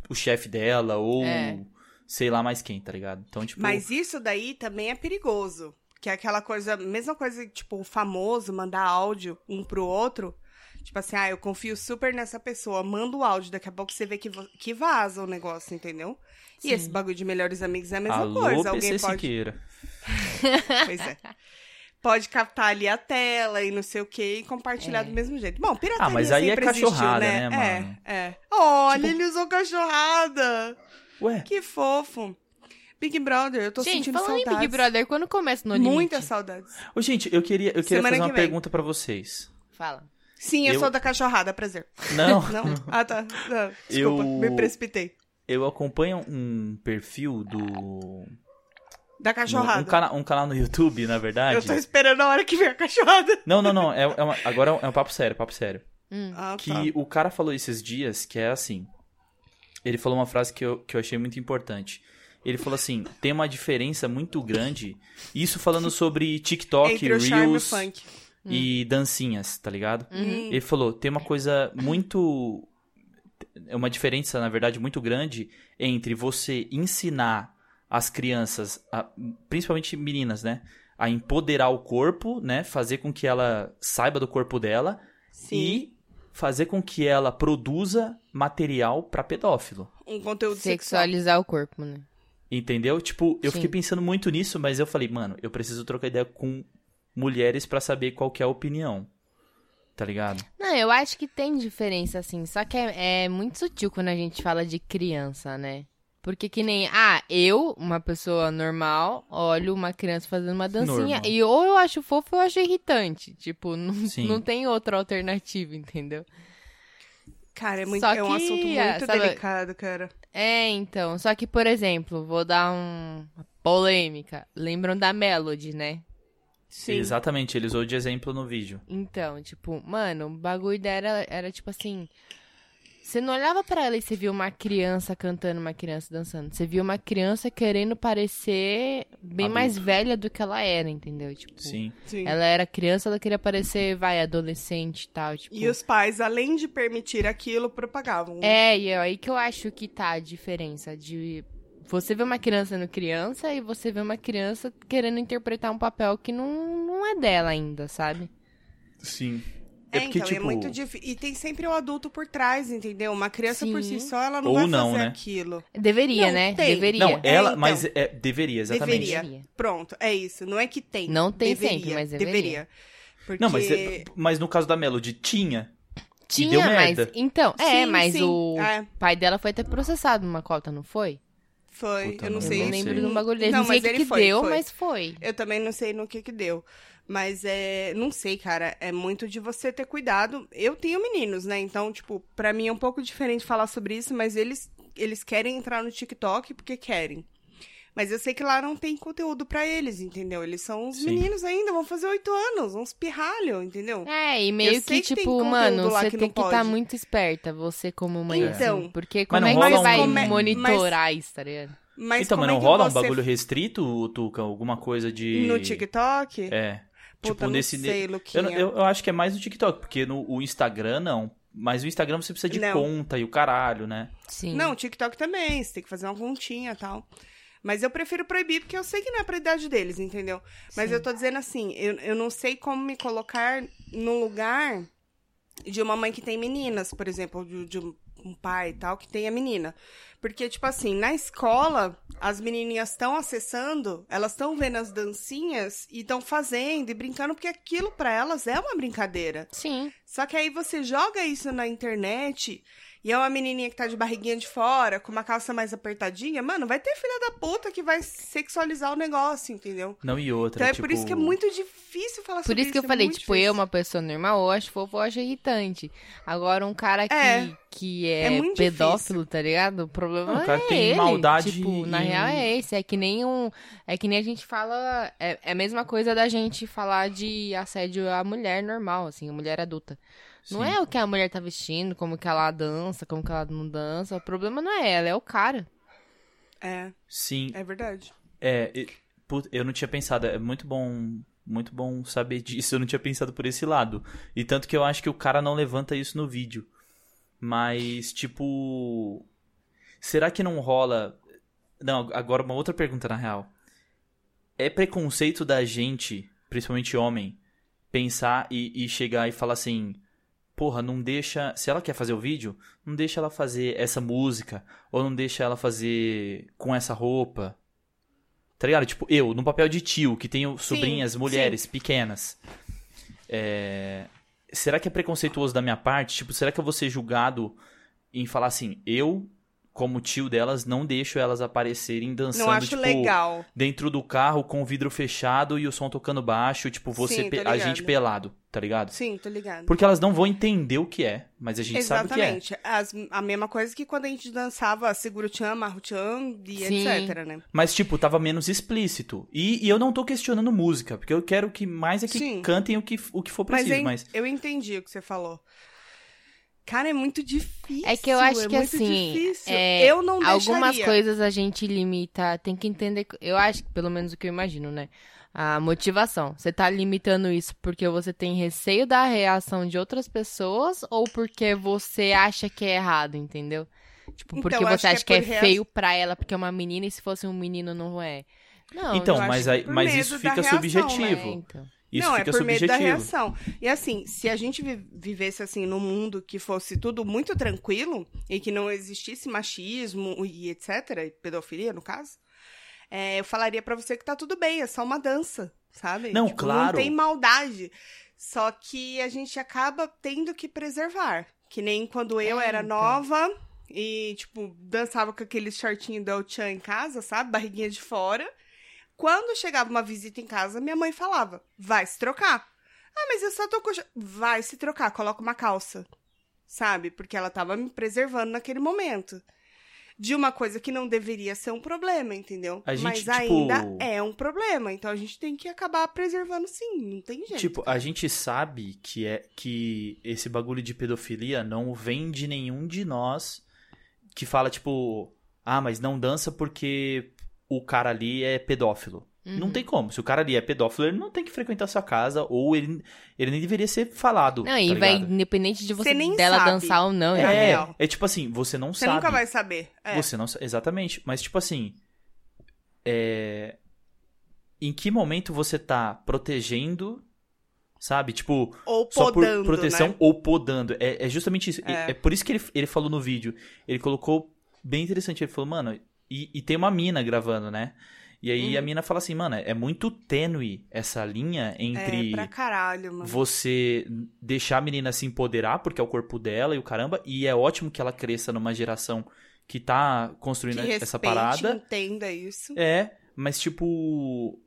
o chefe dela, ou É. sei lá mais quem, tá ligado? Então, tipo, Mas isso daí também é perigoso. Que é aquela coisa, mesma coisa, tipo, o famoso mandar áudio um pro outro. Tipo assim, ah, eu confio super nessa pessoa, manda o áudio, daqui a pouco você vê que, va- que vaza o negócio, entendeu? E Sim. esse bagulho de melhores amigos é a mesma alô, coisa. Alguém PC pode. Siqueira. Pois é. pode captar ali a tela e não sei o que e compartilhar É. do mesmo jeito. Bom, pirataria Ah, mas aí é sempre existiu, cachorrada, né? né, mano? Tipo É, é. Olha, ele usou cachorrada. Ué, Que fofo. Big Brother, eu tô Gente, sentindo falando saudades. em Big Brother, quando começa no Limite? Muitas saudades. Ô, gente, eu queria, eu queria Semana fazer que uma vem. pergunta pra vocês. Fala. Sim, eu, Eu- sou da cachorrada, prazer. Não, Não? Ah, tá. Não, Desculpa, Eu- me precipitei. eu acompanho um perfil do. Da cachorrada. Um, cana- um canal no YouTube, na verdade. Eu tô esperando a hora que vem a cachorrada. Não, não, não. É, é uma- agora é um papo sério, papo sério. Hum. Ah, que tá. o cara falou esses dias que é assim. Ele falou uma frase que eu, que eu achei muito importante. Ele falou assim: tem uma diferença muito grande. Isso falando sobre TikTok, Entre o charme e o Reels funk. Hum. e dancinhas, tá ligado? Uhum. Ele falou: tem uma coisa muito. É uma diferença, na verdade, muito grande entre você ensinar as crianças, a- principalmente meninas, né? A empoderar o corpo, né? Fazer com que ela saiba do corpo dela Sim. e fazer com que ela produza material pra pedófilo. Um conteúdo sexual. Sexualizar o corpo, né? Entendeu? Tipo, eu Sim. fiquei pensando muito nisso, mas eu falei, mano, eu preciso trocar ideia com mulheres pra saber qual que é a opinião. Tá ligado? Não, eu acho que tem diferença, assim. Só que é, é muito sutil quando a gente fala de criança, né? Porque que nem, ah, eu, uma pessoa normal, olho uma criança fazendo uma dancinha. Normal. E ou eu acho fofo ou eu acho irritante. Tipo, não, Sim. não tem outra alternativa, entendeu? Cara, é, muito, Só é um que, assunto é, muito sabe- delicado, cara. É, então. Só que, por exemplo, vou dar um- uma polêmica. Lembram da Melody, né? Sim. Exatamente, ele usou de exemplo no vídeo. Então, tipo, mano, o bagulho dela era tipo assim. Você não olhava pra ela e você via uma criança cantando, uma criança dançando. Você via uma criança querendo parecer bem Adulto. mais velha do que ela era, entendeu? Tipo, Sim. Sim. ela era criança, ela queria parecer, vai, adolescente e tal, tipo. E os pais, além de permitir aquilo, propagavam. É, e é aí que eu acho que tá a diferença de você ver uma criança no criança e você ver uma criança querendo interpretar um papel que não, não é dela ainda, sabe? Sim. É, então, tipo, é muito difícil. E tem sempre o adulto por trás, entendeu? Uma criança por si Sim. só, ela não Ou vai não, fazer né? aquilo. Deveria, Não, né? tem. Deveria. Não, ela, então. mas é, deveria, exatamente. Deveria. Pronto, é isso. Não é que tem. Não tem deveria, sempre, mas deveria. deveria. Porque... Não, mas, é- mas no caso da Melody, tinha. Tinha, deu mas. merda. Então, é, Sim, mas sim. o É, pai dela foi até processado numa cota, não foi? foi. Puta, eu não não sei. eu não lembro sei. de um bagulho desse. Não, Não, sei o mas que, ele que foi, deu, foi. mas foi. Eu também não sei no que que deu. Mas é. Não sei, cara. É muito de você ter cuidado. Eu tenho meninos, né? Então, tipo, pra mim é um pouco diferente falar sobre isso, mas eles, eles querem entrar no TikTok porque querem. Mas eu sei que lá não tem conteúdo pra eles, entendeu? Eles são uns Sim. meninos ainda, vão fazer oito anos, uns pirralho, entendeu? É, e meio Eu sei que, que tem tipo, conteúdo mano, lá você que tem não que estar pode. muito esperta, você como mãe, Então. assim, Porque como não é que rola você um- vai Como é- monitorar isso, tá ligado? Mas então, como mas não é que rola você- um bagulho restrito, Tuca? Alguma coisa de. no TikTok? É. Puta, tipo, não nesse. sei, Eu, Luquinha. eu, eu acho que é mais no TikTok, porque no o Instagram não. Mas o Instagram você precisa de Não. conta e o caralho, né? Sim. Não, TikTok também, você tem que fazer uma continha e tal. Mas eu prefiro proibir, porque eu sei que não é pra idade deles, entendeu? Mas sim. eu tô dizendo assim, eu, eu não sei como me colocar no lugar de uma mãe que tem meninas, por exemplo, ou de, de um um pai e tal, que tem a menina. Porque, tipo assim, na escola, as menininhas estão acessando, elas estão vendo as dancinhas e estão fazendo e brincando, porque aquilo pra elas é uma brincadeira. Sim. Só que aí você joga isso na internet e é uma menininha que tá de barriguinha de fora, com uma calça mais apertadinha, mano, vai ter filha da puta que vai sexualizar o negócio, entendeu? Não e outra. Então é tipo, por isso que é muito difícil falar Por sobre isso que eu é falei, muito tipo, difícil. eu, uma pessoa normal, eu acho fofo, eu acho irritante. Agora, um cara que É. é, que é, É muito pedófilo, difícil. tá ligado? O problema Não, o cara é tem ele. maldade Tipo, na em- real é esse. É que nem um... É que nem a gente fala... É, é a mesma coisa da gente falar de assédio à mulher normal, assim, a mulher adulta. Não sim. é o que a mulher tá vestindo, como que ela dança, como que ela não dança. O problema não é ela, é o cara. É, Sim. é verdade. É, e- put- eu não tinha pensado. É muito bom. Muito bom saber disso. Eu não tinha pensado por esse lado. E tanto que eu acho que o cara não levanta isso no vídeo. Mas, tipo. Será que não rola. Não, agora uma outra pergunta, na real. É preconceito da gente, principalmente homem, pensar e, e chegar e falar assim. Porra, não deixa. Se ela quer fazer o vídeo, não deixa ela fazer essa música. Ou não deixa ela fazer com essa roupa. Tá Tá ligado? Tipo, eu, no papel de tio, que tenho Sim, sobrinhas, sim. mulheres, pequenas. É, Será que é preconceituoso da minha parte? Tipo, será que eu vou ser julgado em falar assim, eu, como tio delas, não deixo elas aparecerem dançando, Não acho tipo, legal. dentro do carro com o vidro fechado e o som tocando baixo, tipo, você Sim, pe- tô a gente ligada. pelado, tá ligado? Sim, tô ligado. Porque elas não vão entender o que é, mas a gente sabe o que é. Exatamente. As- a mesma coisa que quando a gente dançava Seguro Tchan, Marro Tchan e Sim. etc, né? Mas, tipo, tava menos explícito. E, e eu não tô questionando música, porque eu quero que mais é que Sim. cantem o que, o que for Mas, é preciso, en- mas... eu entendi o que você falou. Cara, é muito difícil. É que eu acho é que, muito assim, difícil. é, eu não Algumas deixaria. coisas a gente limita, tem que entender, que- eu acho, que pelo menos o que eu imagino, né? A motivação. Você tá limitando isso porque você tem receio da reação de outras pessoas ou porque você acha que é errado, entendeu? Tipo, Então, porque eu acho você que é acha que é, por rea- feio pra ela porque é uma menina e se fosse um menino não é. Não, então, eu acho mas, que aí- por mas medo isso da fica reação, né? não é, subjetivo. então. Isso não, fica é por medo da subjetivo. reação. E assim, se a gente vi- vivesse assim num mundo que fosse tudo muito tranquilo e que não existisse machismo e etc, e pedofilia no caso, é, eu falaria pra você que tá tudo bem, é só uma dança, sabe? Tipo, Não, Não claro. tem maldade. Só que a gente acaba tendo que preservar. Que nem quando eu É, era então. nova e, tipo, dançava com aquele shortinho da Chan em casa, sabe? Barriguinha de fora. Quando chegava uma visita em casa, minha mãe falava: vai se trocar. Ah, mas eu só tô com. short- Vai se trocar, coloca uma calça. Sabe? Porque ela tava me preservando naquele momento. De uma coisa que não deveria ser um problema, entendeu? A gente, mas tipo- ainda é um problema. Então a gente tem que acabar preservando sim, não tem jeito. Tipo, a gente sabe que é que esse bagulho de pedofilia não vem de nenhum de nós que fala, tipo, ah, mas não dança porque o cara ali é pedófilo. Não Uhum. tem como. Se o cara ali é pedófilo, ele não tem que frequentar sua casa ou ele, ele nem deveria ser falado. Não, e tá vai ligado? independente de você Você nem dela sabe. dançar ou não, na É, real. é tipo assim, você não Você sabe. nunca vai saber. É. Você não sa- Exatamente. Mas, tipo assim. é, Em que momento você tá protegendo, sabe? Tipo, Ou só podando, por proteção né? ou podando. É, é justamente isso. E- É. É. por isso que ele, ele falou no vídeo. Ele colocou bem interessante. Ele falou, mano, e, e tem uma mina gravando, né? E aí Uhum. a mina fala assim, mano, é muito tênue essa linha entre É, pra caralho, mano. você deixar a menina se empoderar, porque é o corpo dela e o caramba, e é ótimo que ela cresça numa geração que tá Que construindo respeite, essa parada. entenda isso. É, mas tipo,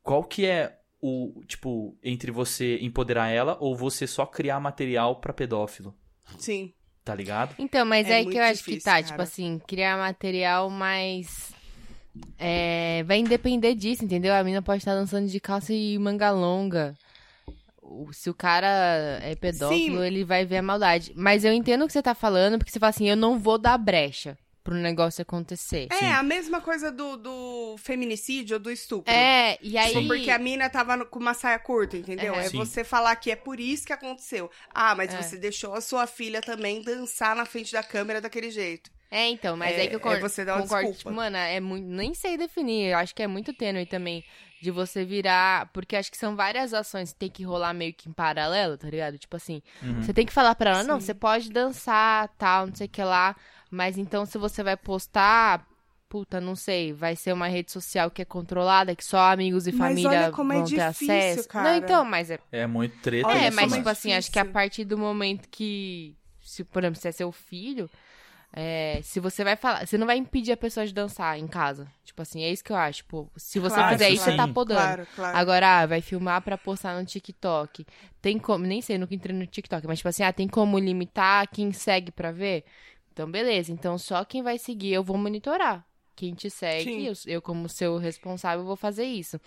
qual que é o, tipo, entre você empoderar ela ou você só criar material pra pedófilo, Sim. tá ligado? Então, mas É é aí que muito eu acho que difícil, tá, cara. tipo assim, criar material mais. é, vai depender disso, entendeu? A mina pode estar dançando de calça e manga longa. O- Se o cara é pedófilo, Sim. ele vai ver a maldade. Mas eu entendo o que você tá falando, porque você fala assim, eu não vou dar brecha pro negócio acontecer. É, Sim. a mesma coisa do, do feminicídio ou do estupro. É, e aí. Tipo, porque a mina tava no- com uma saia curta, entendeu? Aham. É Sim. você falar que é por isso que aconteceu. Ah, mas É. você deixou a sua filha também dançar na frente da câmera daquele jeito. É, então, mas é, aí que eu con- é você dar uma concordo. desculpa. Tipo, mano, é muito. Nem sei definir. Eu acho que é muito tênue também de você virar. Porque acho que são várias ações que tem que rolar meio que em paralelo, tá ligado? Tipo assim, Uhum. você tem que falar pra ela, não, Sim. você pode dançar, tal, não sei o que lá. Mas então se você vai postar. Puta, não sei, vai ser uma rede social que é controlada, que só amigos e Mas família olha como é vão ter difícil, acesso. cara. Não, então, mas é É muito treta Olha é, isso, mas só. mano. tipo assim, acho que a Difícil. partir do momento que, se, por exemplo, se é seu filho, é, se você vai falar, você não vai impedir a pessoa de dançar em casa. Tipo assim, é isso que eu acho. Tipo, se você Claro, fizer isso, claro. você tá podando. Claro, claro. Agora, ah, vai filmar pra postar no TikTok. Tem como, nem sei, nunca entrei no TikTok, mas tipo assim, ah, tem como limitar quem segue pra ver? Então, beleza. Então, só quem vai seguir, eu vou monitorar. Quem te segue, Sim. eu, eu como seu responsável, vou fazer isso.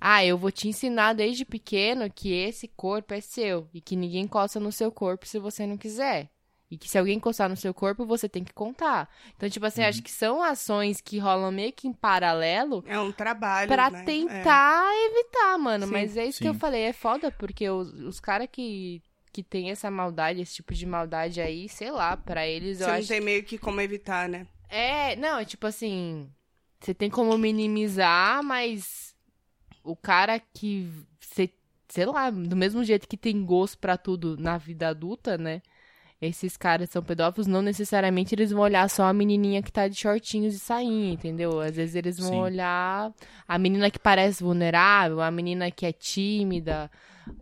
Ah, eu vou te ensinar desde pequeno que esse corpo é seu e que ninguém encosta no seu corpo se você não quiser. E que se alguém encostar no seu corpo, você tem que contar. Então, tipo assim, Uhum. acho que são ações que rolam meio que em paralelo É um trabalho, Pra né? tentar evitar, mano. Sim. Mas é isso que Sim. eu falei, é foda, porque os, os caras que, que tem essa maldade, esse tipo de maldade aí, sei lá, pra É. eles Você eu não acho. tem meio que como evitar, né? É, não, é tipo assim. Você tem como minimizar, mas o cara que. Você, sei lá, do mesmo jeito que tem gosto pra tudo na vida adulta, né? esses caras são pedófilos, não necessariamente eles vão olhar só a menininha que tá de shortinhos e sainha, entendeu? Às vezes eles vão Sim. olhar a menina que parece vulnerável, a menina que é tímida,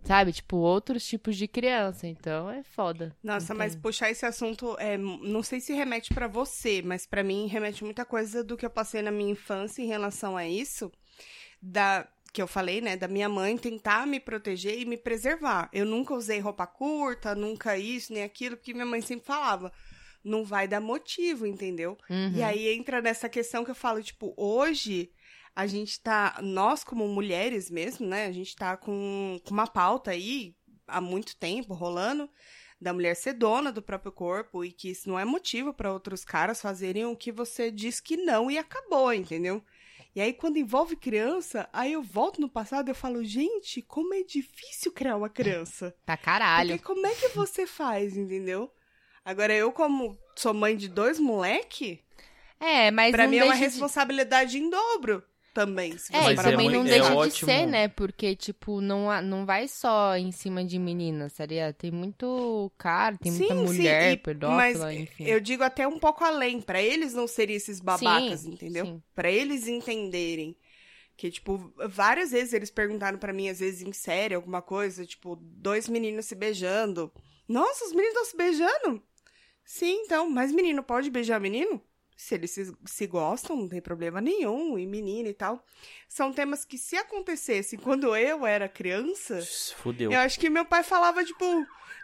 sabe? Tipo, outros tipos de criança. Então é foda. Nossa, mas puxar esse assunto, é, não sei se remete pra você, mas pra mim remete muita coisa do que eu passei na minha infância em relação a isso, da que eu falei, né, da minha mãe tentar me proteger e me preservar. Eu nunca usei roupa curta, nunca isso nem aquilo, porque minha mãe sempre falava, não vai dar motivo, entendeu? Uhum. E aí entra nessa questão que eu falo, tipo, hoje a gente tá, nós como mulheres mesmo, né, a gente tá com, com uma pauta aí há muito tempo rolando da mulher ser dona do próprio corpo e que isso não é motivo pra outros caras fazerem o que você diz que não e acabou, entendeu? E aí quando envolve criança, aí eu volto no passado e eu falo, gente, como é difícil criar uma criança. Tá caralho. Porque como é que você faz, entendeu? Agora, eu, como sou mãe de dois moleque, É, mas pra não mim é uma deixa de- responsabilidade em dobro também. Se você É, e Mas é parar também mui- pra não é deixa ótimo. de ser, né? Porque, tipo, não, há- não vai só em cima de meninas, seria? Tem muito cara, tem muita Sim, sim, mulher e- pedófila, mas enfim. Eu digo até um pouco além, Pra eles não serem esses babacas, Sim, entendeu? sim. Pra eles entenderem que tipo várias vezes eles perguntaram pra mim às vezes em série alguma coisa, tipo, dois meninos se beijando. Nossa, os meninos estão se beijando? Sim, então, mas menino pode beijar menino? Se eles se, se gostam, não tem problema nenhum, e menina e tal. São temas que se acontecessem quando eu era criança, Fudeu. eu acho que meu pai falava, tipo,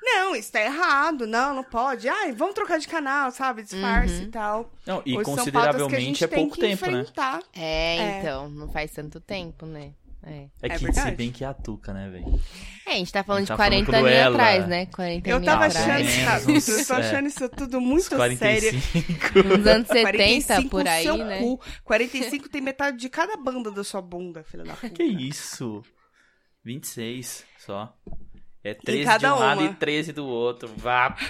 não, isso tá errado, não, não pode. Ai, vamos trocar de canal, sabe? Disfarce Uhum. e tal. Não, e Hoje são pautas que a consideravelmente gente é pouco tem que tempo, né? enfrentar. É, É. então, não faz tanto tempo, né? É. É É que se verdade. bem que é a Tuca, né, velho? É, a gente tá falando A gente tá de falando 40 anos Cruella. atrás, né? 40 Eu anos tava pra achando, atrás. eles, sabe? uns- Eu tô é, achando isso tudo Uns muito sério. 45. Nos anos 70, 45 por no aí, seu né? cu. 45 tem metade de cada banda da sua bunda, filha da puta. que isso? 26 só. É 13 de cada um lado uma. e 13 do outro. Vapo.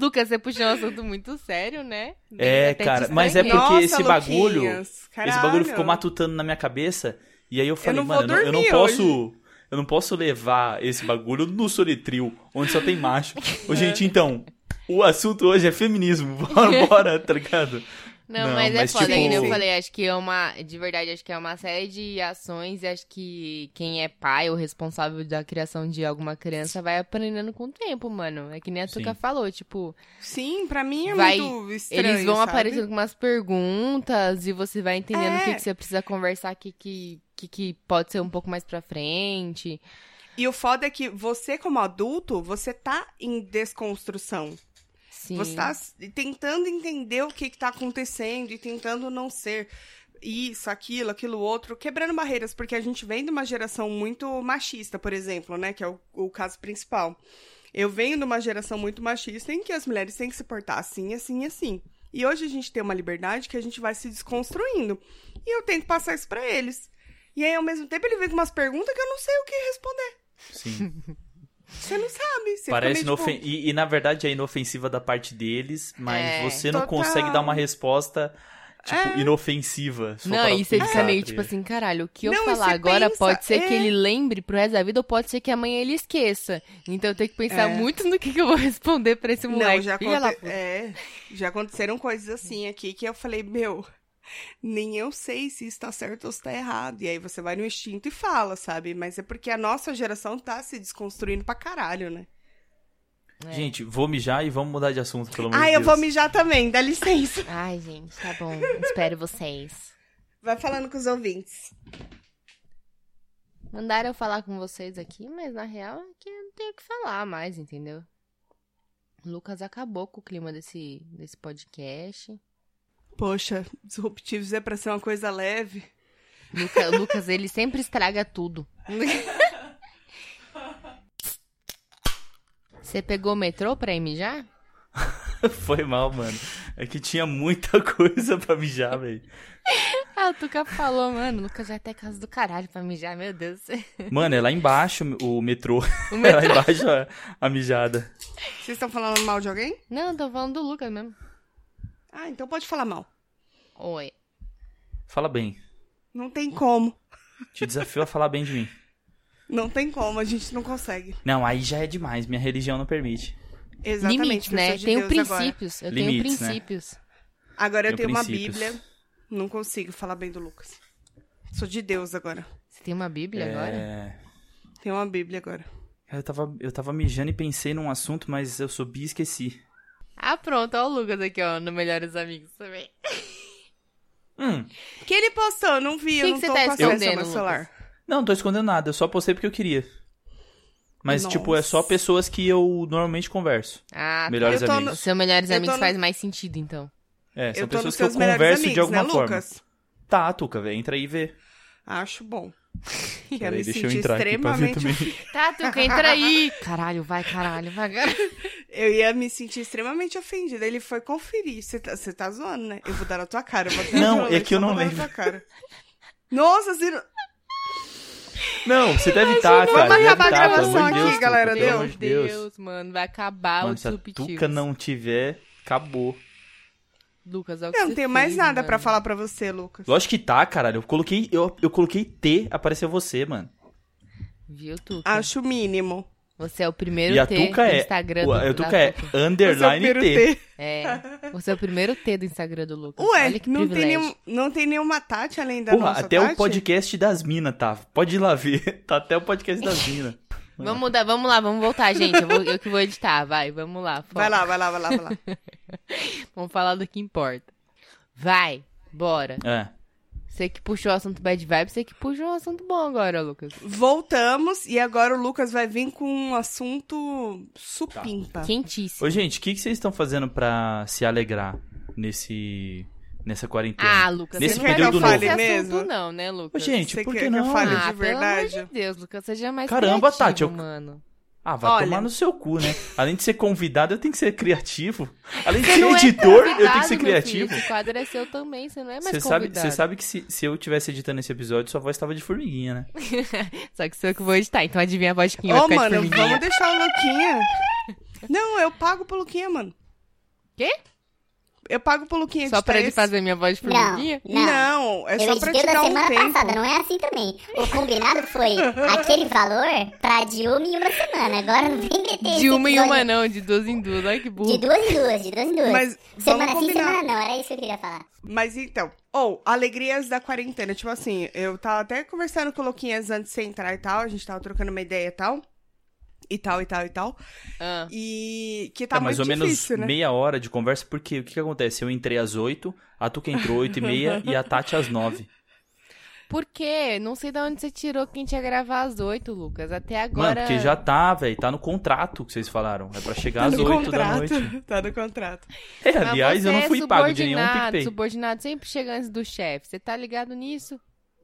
Lucas, você puxou um assunto muito sério, né? É, Até te cara, mas é estranhei. porque Nossa, esse bagulho- Luquinhas, Esse bagulho caralho. ficou matutando na minha cabeça. E aí eu falei, não vou mano, eu não- eu não dormir posso. Eu não posso levar esse bagulho no solitril, onde só tem macho. Ô, gente, então, o assunto hoje é feminismo. Bora, bora, tá ligado? Não, Não, mas, mas, é foda, tipo- que nem eu falei, acho que é uma, de verdade, acho que é uma série de ações e acho que quem é pai ou responsável da criação de alguma criança vai aprendendo com o tempo, mano. É que nem a Sim. Tuca falou, tipo, Sim, pra mim é Vai- muito estranho, eles vão sabe? aparecendo com umas perguntas e você vai entendendo o que, É. que você precisa conversar, o que, que, que, que pode ser um pouco mais pra frente. E o foda é que você, como adulto, você tá em desconstrução. Sim. Você tá s- tentando entender o que, que tá acontecendo e tentando não ser isso, aquilo, aquilo outro, quebrando barreiras, porque a gente vem de uma geração muito machista, por exemplo, né? Que é o, o caso principal. Eu venho de uma geração muito machista em que as mulheres têm que se portar assim, assim, assim. E hoje a gente tem uma liberdade que a gente vai se desconstruindo. E eu tenho que passar isso pra eles. E aí, ao mesmo tempo, ele vem com umas perguntas que eu não sei o que responder. Sim. Você não sabe. Você Parece fica meio, tipo, inofen... e, e, na verdade é inofensiva da parte deles, mas É, você não total. É. consegue dar uma resposta tipo inofensiva. só Não, pra e você pensar, fica meio tá tipo ligado? assim, caralho, o que eu Não, e falar você agora pensa, pode ser que é. ele lembre pro resto da vida ou pode ser que amanhã ele esqueça. Então eu tenho que pensar É. muito no que, que eu vou responder pra esse moleque. Não, já, Filha da aconte- puta. é, já aconteceram coisas assim aqui que eu falei, meu, nem eu sei se está certo ou se está errado. E aí você vai no instinto e fala, sabe? Mas é porque a nossa geração tá se desconstruindo pra caralho, né? É. Gente, vou mijar e vamos mudar de assunto, pelo amor Ah, de eu Oh, Deus. vou mijar também, dá licença. Ai, gente, tá bom. Espero vocês. Vai falando com os ouvintes. Mandaram eu falar com vocês aqui, mas na real é que eu não tenho o que falar mais, entendeu? O Lucas acabou com o clima desse, desse podcast. Poxa, disruptivos é pra ser uma coisa leve. Luca- o Lucas, ele sempre estraga tudo. Você pegou o metrô pra ir mijar? Foi mal, mano. É que tinha muita coisa pra mijar, velho. Ah, o Tuca falou, mano, o Lucas vai até casa do caralho pra mijar, meu Deus. Mano, é lá embaixo o metrô. O É meu- lá embaixo a, a mijada. Vocês estão falando mal de alguém? Não, tô falando do Lucas mesmo. Ah, então pode falar mal. Oi. Fala bem. Não tem como. Te desafio a falar bem de mim. Não tem como, a gente não consegue. Não, aí já é demais. Minha religião não permite. Exatamente. Limites, né? pessoas de Tenho Deus agora. princípios. Eu Limites, né? tenho princípios. Agora eu tenho Tenho uma princípios. Bíblia. Não consigo falar bem do Lucas. Sou de Deus agora. Você tem uma Bíblia agora? É, Tenho uma Bíblia agora. eu, tava, eu tava mijando e pensei num assunto, mas eu subi e esqueci. Ah, pronto. Olha o Lucas aqui, ó, no Melhores Amigos também. Hum, Que ele postou, eu não vi, Que eu não tô que você tá com acesso ao escondendo, meu celular. não, não tô escondendo nada, eu só postei porque eu queria. Mas, tipo, é só Nossa. pessoas que eu normalmente converso. Ah, tá. melhores Eu tô no- Os amigos. seus melhores Eu tô amigos no- faz mais sentido, então. É, são Eu tô nos pessoas que eu seus melhores converso amigos, de alguma né, forma. Lucas? Tá, Tuca, velho, entra aí e vê. Acho bom. Quero Peraí, me deixa eu sentir entrar aqui pra ver extremamente também. Tá, Tuca, entra aí. Caralho, vai, caralho, vai. caralho. Eu ia me sentir extremamente ofendida. Ele foi conferir. Você tá, cê tá zoando, né? Eu vou dar na tua cara. Eu vou dar Não, na tua é que cara, eu não vou dar na tua cara. Nossa, Ciro. Não, você deve estar, cara. vamos deve acabar a tá, pelo gravação amor de aqui, Deus, Tuca, galera, Pelo deu? amor de Deus. mano, vai acabar Mano, o se a subtipo. Tuca não tiver, acabou. Lucas, olha o que Eu você não tenho mais fez, nada pra mano. falar pra você, Lucas. Lógico que tá, caralho. Eu coloquei, eu, eu coloquei T, apareceu você, mano. Viu, Tuca? Acho o mínimo. Você é o primeiro e a T Tuca do é. Instagram o- do a da Tuca é underline Você é o T. primeiro T. É. Você é o primeiro T do Instagram do Lucas. Ué, Olha que não, tem privilégio. nenhum- não tem nenhuma Tati além da Porra, nossa até Tati? o podcast das minas tá. Pode ir lá ver. Tá até o podcast das minas. Vamos mudar, vamos lá, vamos voltar, gente. Eu, vou- eu que vou editar, vai, vamos lá. foca. Vai lá, vai lá, vai lá, vai lá. Vamos falar do que importa. Vai, bora. É. Você que puxou o assunto bad vibe, você que puxou um assunto bom agora, Lucas. Voltamos e agora o Lucas vai vir com um assunto supimpa. Quentíssimo. Ô, gente, o que, que vocês estão fazendo pra se alegrar nesse. nessa quarentena? Ah, Lucas, Nesse você não vai período puxar novo. esse Mesmo? assunto não, né, Lucas? Ô, gente, Você por quer que que eu não? fale? ah, de pelo verdade. amor de Deus, Lucas, seja mais Caramba, criativo, Tati, eu- mano. Ah, vai Olha. tomar no seu cu, né? Além de ser convidado, eu tenho que ser criativo. Além de Você ser não é editor, eu tenho que convidado, ser meu criativo. Filho, esse quadro é seu também, você não é mais Você sabe, convidado. você sabe que se, se eu tivesse editando esse episódio, sua voz tava de formiguinha, né? Só que sou eu que vou editar, então adivinha a voz de quem vai Ô, ficar de mano, formiguinha. vamos deixar o Luquinha. Não, eu pago pro Luquinha, mano. Quê? Eu pago pro Luquinha Só editar pra ele esse. fazer minha voz de formiguinha? um Não, Não. é eu só pra editei te da dar um semana tempo. passada, não é assim também. O combinado foi aquele valor pra de uma em uma semana. Agora não vem meter De esse uma em uma episódio é não, de duas em duas, olha que burro. De duas em duas, de duas em duas. Mas semana vamos sim, combinar. semana não, era isso que eu queria falar. Mas então, ou alegrias da quarentena. Tipo assim, eu tava até conversando com o Luquinhas antes de você entrar e tal. A gente tava trocando uma ideia e tal. E tal, e tal, e tal. Ah, E que tá é mais muito ou difícil, menos né? meia hora de conversa, porque o que, que acontece? Eu entrei às 8, a Tuca entrou 8 e meia e a Tati às 9. por quê? Não sei de onde você tirou que a gente ia gravar às oito, Lucas. Até agora... Mano, porque já tá, velho, tá no contrato que vocês falaram. É pra chegar às Tá no 8 da noite. contrato. Tá no contrato. É, Mas aliás, eu você não é fui pago de nenhum subordinado, PicPay. Subordinado sempre chega antes do chefe. Você tá ligado nisso?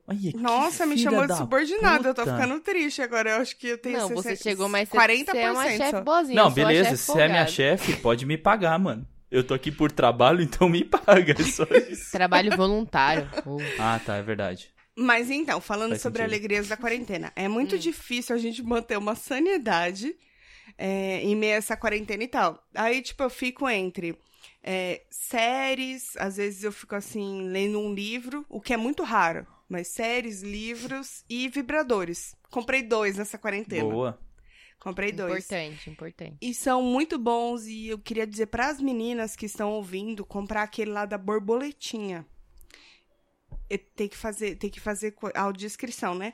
Olha, que Nossa, me filha chamou de da subordinada. Eu tô puta. ficando triste agora. Eu acho que eu tenho não, você sessenta- chegou mais cedo. 40% Você é uma chefe só. boazinha. eu Não, sou a beleza, chefe se você é minha folgada. chefe, pode me pagar, mano. Eu tô aqui por trabalho, então me paga. É só isso. Trabalho voluntário. Ou- Ah, tá, é verdade. Mas então, falando Faz sobre sentido. alegrias da quarentena, é muito difícil a gente manter uma sanidade é, em meio a essa quarentena e tal. Aí, tipo, eu fico entre é, séries, às vezes eu fico assim, lendo um livro, o que é muito raro. Mas séries, livros e vibradores. Comprei dois nessa quarentena. Boa. Comprei dois. Importante, importante. E são muito bons e eu queria dizer para as meninas que estão ouvindo comprar aquele lá da borboletinha. E Tem que fazer, tem que fazer co- a audiodescrição, né?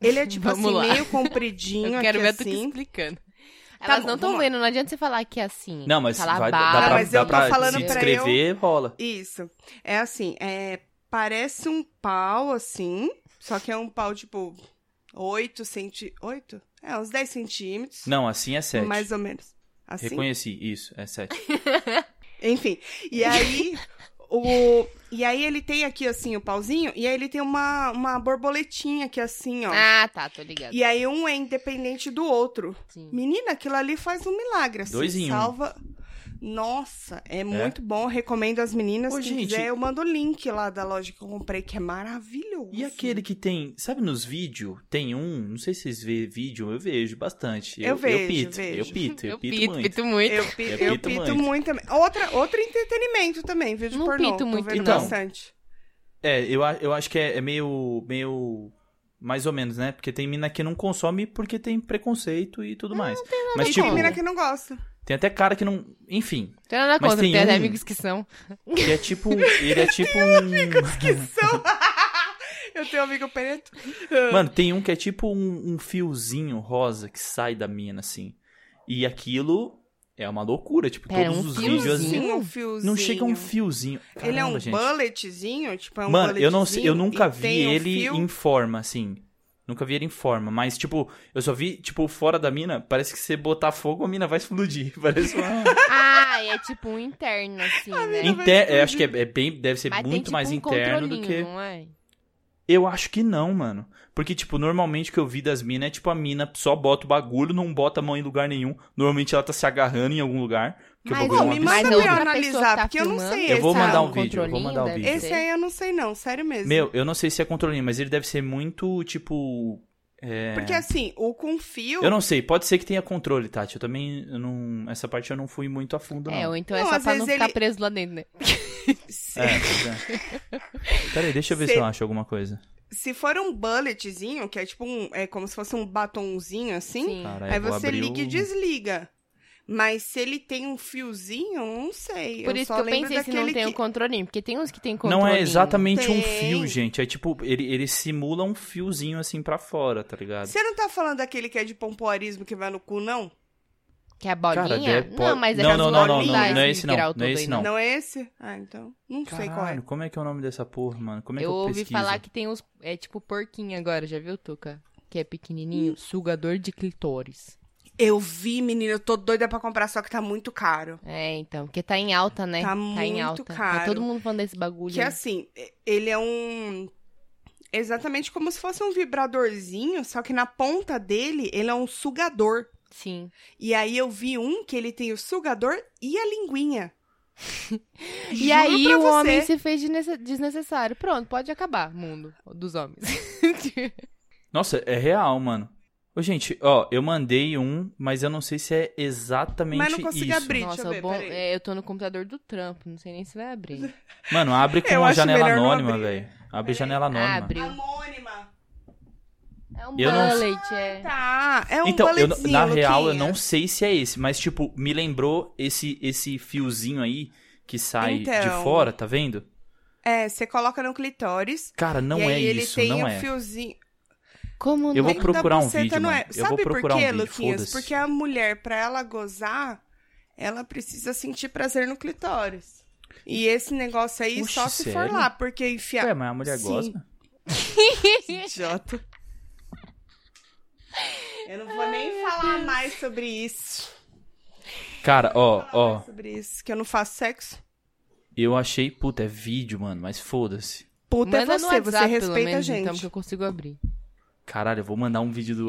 Ele é tipo Vamos assim, lá. meio compridinho Eu quero aqui ver tu que assim. explicando. Tá bom, Elas não vamos estão lá. vendo, não adianta você falar aqui assim. Não, mas falar vai, dá baixo. pra, Não, Tá Ah, mas dá eu tô pra falando se pra descrever, rola. Isso. É assim, é, parece um pau assim, só que é um pau tipo 8 centímetros. 8? É, uns 10 centímetros. Não, assim é 7. mais ou menos. Assim. Reconheci, isso, é 7. Enfim, e aí o e aí ele tem aqui assim o pauzinho e aí ele tem uma, uma borboletinha aqui assim, ó. Ah, tá, tô ligado. E aí um é independente do outro. Sim. Menina, aquilo ali faz um milagre assim, Dois em um. salva. Nossa, é, muito bom. Recomendo às meninas. Ô, Quem gente. quiser, eu mando o link lá da loja que eu comprei, que é maravilhoso. E aquele que tem, sabe nos vídeos, tem um, não sei se vocês vê vídeo, eu vejo bastante. Eu vejo, pito, vejo. eu pito, eu, Eu pito, pito, muito. pito muito. Eu, pi- Eu eu pito pito, é muito. muito. também. Outra, outro entretenimento também, vídeo Não pornô. pito Tô muito, vendo não. bastante. É, eu, a- eu acho que é, é meio, meio, mais ou menos, né? Porque tem mina que não consome porque tem preconceito e tudo mais. Mas E tipo, tem mina que não gosta. Tem até cara que não. Enfim. Tem nada Mas contra, tem tem, até um- amigos que são. Ele é tipo. Ele é tipo um. Que são? Eu tenho um amigo preto. Mano, tem um que é tipo um, um fiozinho rosa que sai da mina, assim. E aquilo é uma loucura. Tipo, Pera, todos um os fiozinho? vídeos. Fiozinho? Um fiozinho. Não chega um fiozinho. Ele é Caramba, um gente. bulletzinho? Tipo, é um Mano, eu não sei, bulletzinho eu nunca e vi tem um ele fio? em forma, assim. Nunca vi ele em forma, mas tipo, eu só vi, tipo, fora da mina, parece que você botar fogo, a mina vai explodir. Parece uma. Ah, e é tipo um interno, assim, Ah, né? Inter- é, acho que é, é bem, deve ser Mas tem, muito tipo, mais um interno do controlinho, que. Não é? Eu acho que não, mano. Porque, tipo, normalmente o que eu vi das minas é, tipo, a mina só bota o bagulho, não bota a mão em lugar nenhum. Normalmente ela tá se agarrando em algum lugar. Que o Mas bagulho Pô, é um me absurdo. manda Mas pra eu outra pessoa analisar, tá porque eu não sei filmando? é esse. Eu vou mandar Ah, um vídeo, eu vou controlinho, mandar um deve vídeo. Esse é- aí eu não sei não, sério mesmo. Meu, eu não sei se é controlinho, mas ele deve ser muito, tipo. É... Porque assim, o com fio... Eu não sei, pode ser que tenha controle, Tati. Eu também eu não. Essa parte eu não fui muito a fundo, não. É, ou então é Não, só às pra vezes não ficar ele- preso lá dentro, né? Se, É, pois é. Peraí, deixa eu ver se Cê- eu acho alguma coisa. se for um bulletzinho, que é tipo um... É como se fosse um batonzinho, assim. Cara, Aí eu É, vou você abrir um liga e o- desliga. Mas se ele tem um fiozinho, eu não sei. Por eu isso só que eu lembro pensei se não daquele tem um o que... controlinho, porque tem uns que tem controlinho. Não é exatamente um Tem. fio, gente. É tipo, ele, ele simula um fiozinho assim pra fora, tá ligado? Você não tá falando daquele que é de pompoarismo que vai no cu, não? Que é a bolinha? Cara, deve- Não, mas é não, não, não, não, bolinhas não, não é lá, esse não, grau não é todo esse aí, não. Não, é esse? Ah, então. Não sei qual é. Caralho, como é que é o nome dessa porra, mano? Como é que eu eu, ouvi pesquiso? falar que tem uns. É tipo porquinho agora, já viu, Tuca? Que é pequenininho, sugador de clitóris. Eu vi, menina, eu tô doida pra comprar, só que tá muito caro. É, então, porque tá em alta, né? Tá em muito alta. Tá caro. todo mundo falando desse bagulho. Que né? assim, e- ele é um. Exatamente como se fosse um vibradorzinho, só que na ponta dele ele é um sugador. Sim. E aí eu vi um que ele tem o sugador e a linguinha. E Juro aí pra o você. homem se fez desnece- desnecessário. Pronto, pode acabar, mundo dos homens. Nossa, é real, mano. Ô, gente, ó, eu mandei um, mas eu não sei se é exatamente Mas não consegui isso. abrir, deixa Nossa, eu ver. bom, peraí. é, eu tô no computador do trampo, não sei nem se vai abrir. Mano, abre com Eu uma acho janela melhor não anônima, abrir. velho. Abre janela anônima. Abre. Anônima. É um Eu não- bullet, é. Tá, é um então, eu, boletim, na real, eu Luquinha. não sei se é esse, mas, tipo, me lembrou esse, esse fiozinho aí que sai de Então. fora, tá vendo? É, você coloca no clitóris. Cara, não e é aí isso, ele tem não um é. fiozinho. Como Eu não? vou Dentro procurar um da buceta vídeo, não é. mano. Eu Sabe vou procurar por um quê, vídeo, Luquinhas? foda-se. Porque a mulher, pra ela gozar, ela precisa sentir prazer no clitóris. E esse negócio aí Oxe, só se sério? for lá, porque enfiar. Ué, É. mas a mulher Sim. gosta. Idiota. Eu não vou nem falar mais sobre isso. Cara, ó, Falar ó, mais sobre isso, que eu não faço sexo. eu achei, puta, é vídeo, mano, mas foda-se. Puta Manda é no você, WhatsApp, você pelo respeita menos, a gente. Então, que eu consigo abrir. Caralho, eu vou mandar um vídeo do,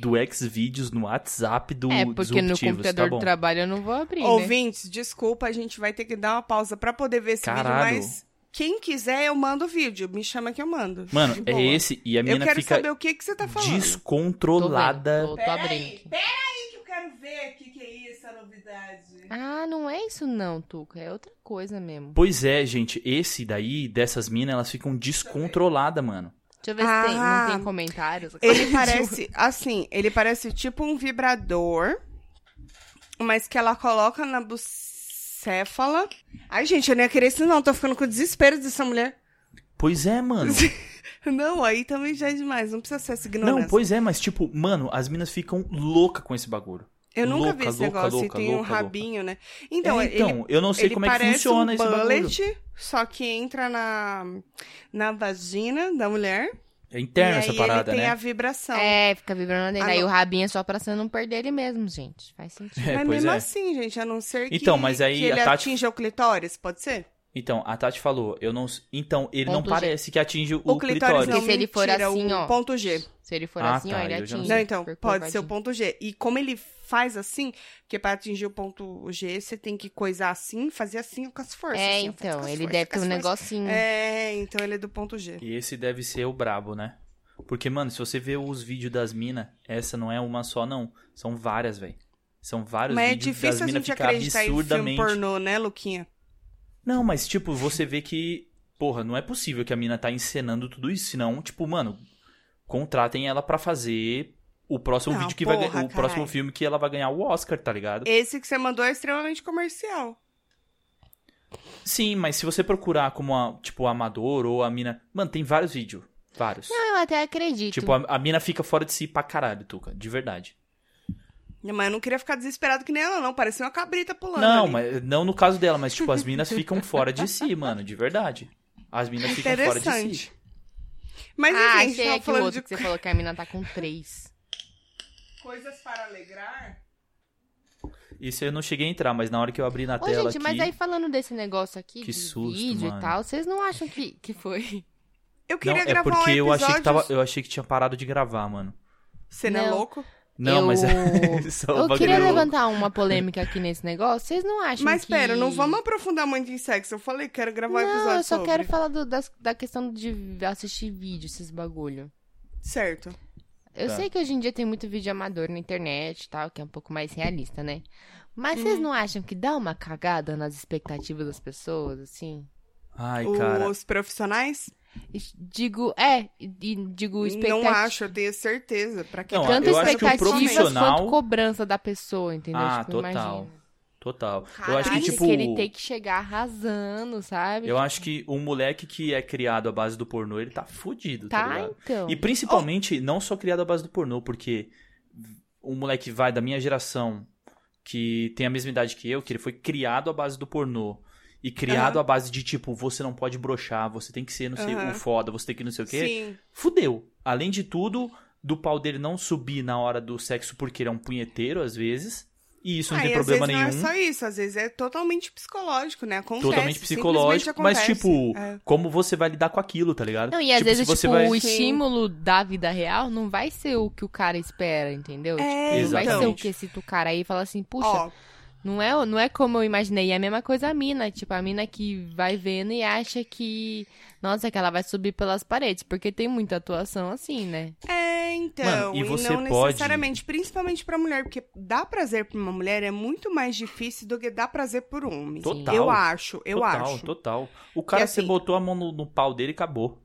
do Xvideos no WhatsApp do é, porque no Disruptivos, tá computador bom? do trabalho eu não vou abrir, né? Ouvintes, desculpa, a gente vai ter que dar uma pausa pra poder ver esse Caralho. vídeo, mas quem quiser eu mando o vídeo, me chama que eu mando. Mano, De é boa. esse e a Eu mina quero fica saber o que que você tá falando. Tô vendo, descontrolada. Tô, tô Peraí, abrindo. aqui. que eu quero ver o que que é isso, a novidade. Ah, não é isso não, Tuca. É outra coisa mesmo. Pois é, gente, esse daí, dessas minas, elas ficam descontroladas, mano. Deixa eu ver se tem, Ah. não tem comentários. Ele parece, assim, ele parece tipo um vibrador, mas que ela coloca na bucéfala. Ai, gente, eu nem ia querer isso não, tô ficando com desespero dessa mulher. Pois é, mano. Não, aí também já é demais, não precisa ser essa ignorância. Não, pois é, mas tipo, mano, as minas ficam loucas com esse bagulho. Eu nunca Louca, vi esse louca, negócio louca, e tem um louca, louca. rabinho, né? Então, É, ele, então, eu não sei ele como é que parece funciona um esse bagulho. bullet, só que entra na, na vagina da mulher. É interna e essa aí parada, ele tem né? a vibração. É, fica vibrando lá dentro. Ah, aí não. o rabinho é só pra você não perder ele mesmo, gente. Faz sentido. É, mas pois mesmo é. assim, gente, a não ser que, Então, mas aí que ele a Tati- atinja o clitóris, pode ser? Então, a Tati falou, eu não. Então, ele não Ponto G. parece que atinge o, O clitóris, não, Porque se ele for mentira, assim, o ó. ponto G. Se ele for Ah, assim, tá, ó, ele eu já não atinge. Sim, Não, então, por pode ser o curvadinho. ponto G. E como ele faz assim, porque pra atingir o ponto G, você tem que coisar assim, fazer assim com as forças. É, assim, ó, faz com então, as ele forças, deve com ter um as forças. negocinho. É, então ele é do ponto G. E esse deve ser o brabo, né? Porque, mano, se você vê os vídeos das minas, essa não é uma só, não. São várias, velho. São vários Mas é vídeos das difícil a minas gente ficar acreditar em filme absurdamente. pornô, né, Luquinha? Não, mas tipo, você vê que. Porra, não é possível que a mina tá encenando tudo isso, senão, tipo, mano, contratem ela pra fazer o próximo Não, vídeo que vai porra, ganhar, o próximo caralho. filme que ela vai ganhar o Oscar, tá ligado? Esse que você mandou é extremamente comercial. Sim, mas se você procurar como a, tipo, amador ou a mina, mano, tem vários vídeos, vários. Eu até acredito. Tipo, a, a mina fica fora de si pra caralho, Tuca, de verdade. Mas eu não queria ficar desesperado que nem ela, não. Parecia uma cabrita pulando. não, ali. mas não no caso dela, mas tipo, as minas ficam fora de si, mano, de verdade. As minas ficam fora de si. Interessante. Mas enfim, ah, a gente achei tava aqui o falando outro de que você falou que a mina tá com três. coisas para alegrar. Isso eu não cheguei a entrar, mas na hora que eu abri na Ô, tela aqui, gente, mas aí falando desse negócio aqui, Que de susto, vídeo mano. e tal, vocês não acham que, que foi? Eu não, queria é gravar porque um eu achei que episódio. tava, eu achei que tinha parado de gravar, mano. Você não é Não. louco? Não, Eu- mas é só o Eu bagulho queria louco. levantar uma polêmica aqui nesse negócio. Vocês não acham Mas que... pera, não vamos aprofundar muito em sexo. Eu falei que quero gravar um Não, episódio eu só sobre. quero falar do- das- da questão de assistir vídeo, esses bagulho. Certo. Eu Tá. sei que hoje em dia tem muito vídeo amador na internet e tal, que é um pouco mais realista, né? Mas vocês Uhum. não acham que dá uma cagada nas expectativas das pessoas, assim? Ai, cara. Os profissionais? E Digo, é, e- e digo expectativa. Não acho, eu tenho certeza. Pra quem Não, tá Tanto eu acho que o expectativas fazendo profissional- quanto cobrança da pessoa, entendeu? Ah, tipo, total. imagina. Total. eu Caralho, acho que, tipo. ele tem que chegar arrasando, sabe? Eu acho que um moleque que é criado à base do pornô, ele tá fudido, tá, Tá, ligado? então. E principalmente, não só criado à base do pornô, porque um moleque vai da minha geração, que tem a mesma idade que eu, que ele foi criado à base do pornô. E criado Aham. à base de, tipo, você não pode broxar, você tem que ser, não sei, Aham. o foda, você tem que não sei o quê. Sim. Fudeu. Além de tudo, do pau dele não subir na hora do sexo porque ele é um punheteiro, às vezes. E isso não Ah, tem e problema às vezes nenhum. Não é só isso, às vezes é totalmente psicológico, né? Acontece, totalmente simplesmente psicológico, mas acontece. tipo, É. como você vai lidar com aquilo, tá ligado? Não, e às tipo, vezes, se você tipo, vai... o Sim. estímulo da vida real não vai ser o que o cara espera, entendeu? É, tipo, não vai ser o Exatamente. que excita o cara aí e fala assim, puxa, Ó, Não é, não é como eu imaginei. É a mesma coisa a mina. Tipo, a mina que vai vendo e acha que. Nossa, que ela vai subir pelas paredes. Porque tem muita atuação assim, né? É, então, Mano, e você não pode- necessariamente, principalmente pra mulher, porque dar prazer pra uma mulher é muito mais difícil do que dar prazer por um homem. Total. Eu acho, eu total, acho. Total, O E cara, assim- você botou a mão no, no pau dele e acabou.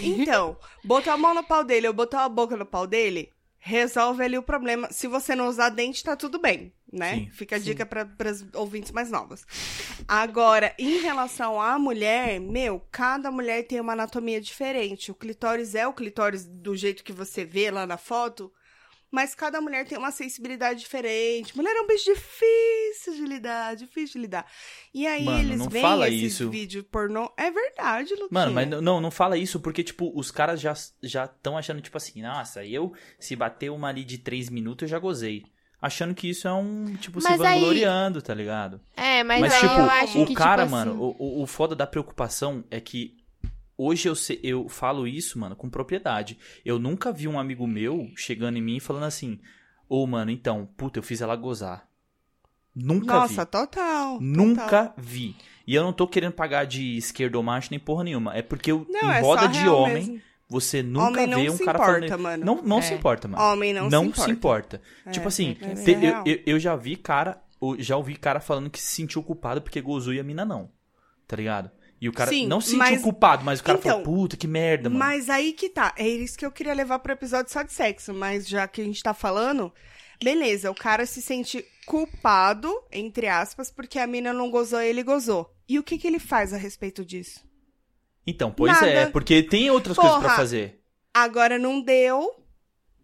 Então, botar a mão no pau dele ou botar a boca no pau dele, resolve ali o problema. Se você não usar dente, tá tudo bem, né? Sim, Fica a sim. dica para as ouvintes mais novas. Agora, em relação à mulher, meu, cada mulher tem uma anatomia diferente. O clitóris é o clitóris do jeito que você vê lá na foto, mas cada mulher tem uma sensibilidade diferente. Mulher é um bicho difícil de lidar, difícil de lidar. E aí Mano, eles não veem fala esses isso. vídeos pornô. É verdade, Luquinha. Mano, mas n- não, não fala isso porque, tipo, os caras já já estão achando, tipo assim, nossa, eu, se bater uma ali de três minutos, eu já gozei. Achando que isso é um, tipo, se Mas aí- vangloriando, tá ligado? É, mas, Mas, aí tipo, eu acho o que. cara, tipo, assim, mano, o- o, o foda da preocupação é que hoje eu, sei- eu falo isso, mano, com propriedade. Eu nunca vi um amigo meu chegando em mim e falando assim, ô, mano, então, puta, eu fiz ela gozar. Nunca Nossa, vi. Oh, total. total. Nunca vi. E eu não tô querendo pagar de esquerdomacho nem porra nenhuma. É porque eu, Não, em é roda só de real homem, mesmo. você nunca homem não vê um se cara importa, falando. mano. Não, não se É. importa, mano. Homem não, não se importa. É, Tipo assim, é te- eu, real. eu, eu já vi cara, eu já ouvi cara falando que se sentiu culpado porque gozou e a mina não. Tá ligado? E o cara Sim, não se sentiu mas- culpado, mas o cara Então, falou, puta, que merda, mano. Mas aí que tá. É isso que eu queria levar pro episódio só de sexo. Mas já que a gente tá falando, beleza, o cara se sente culpado, entre aspas, porque a mina não gozou ele gozou. E o que, que ele faz a respeito disso? Então, pois nada. é, porque tem outras coisas pra Porra. fazer. Agora não deu.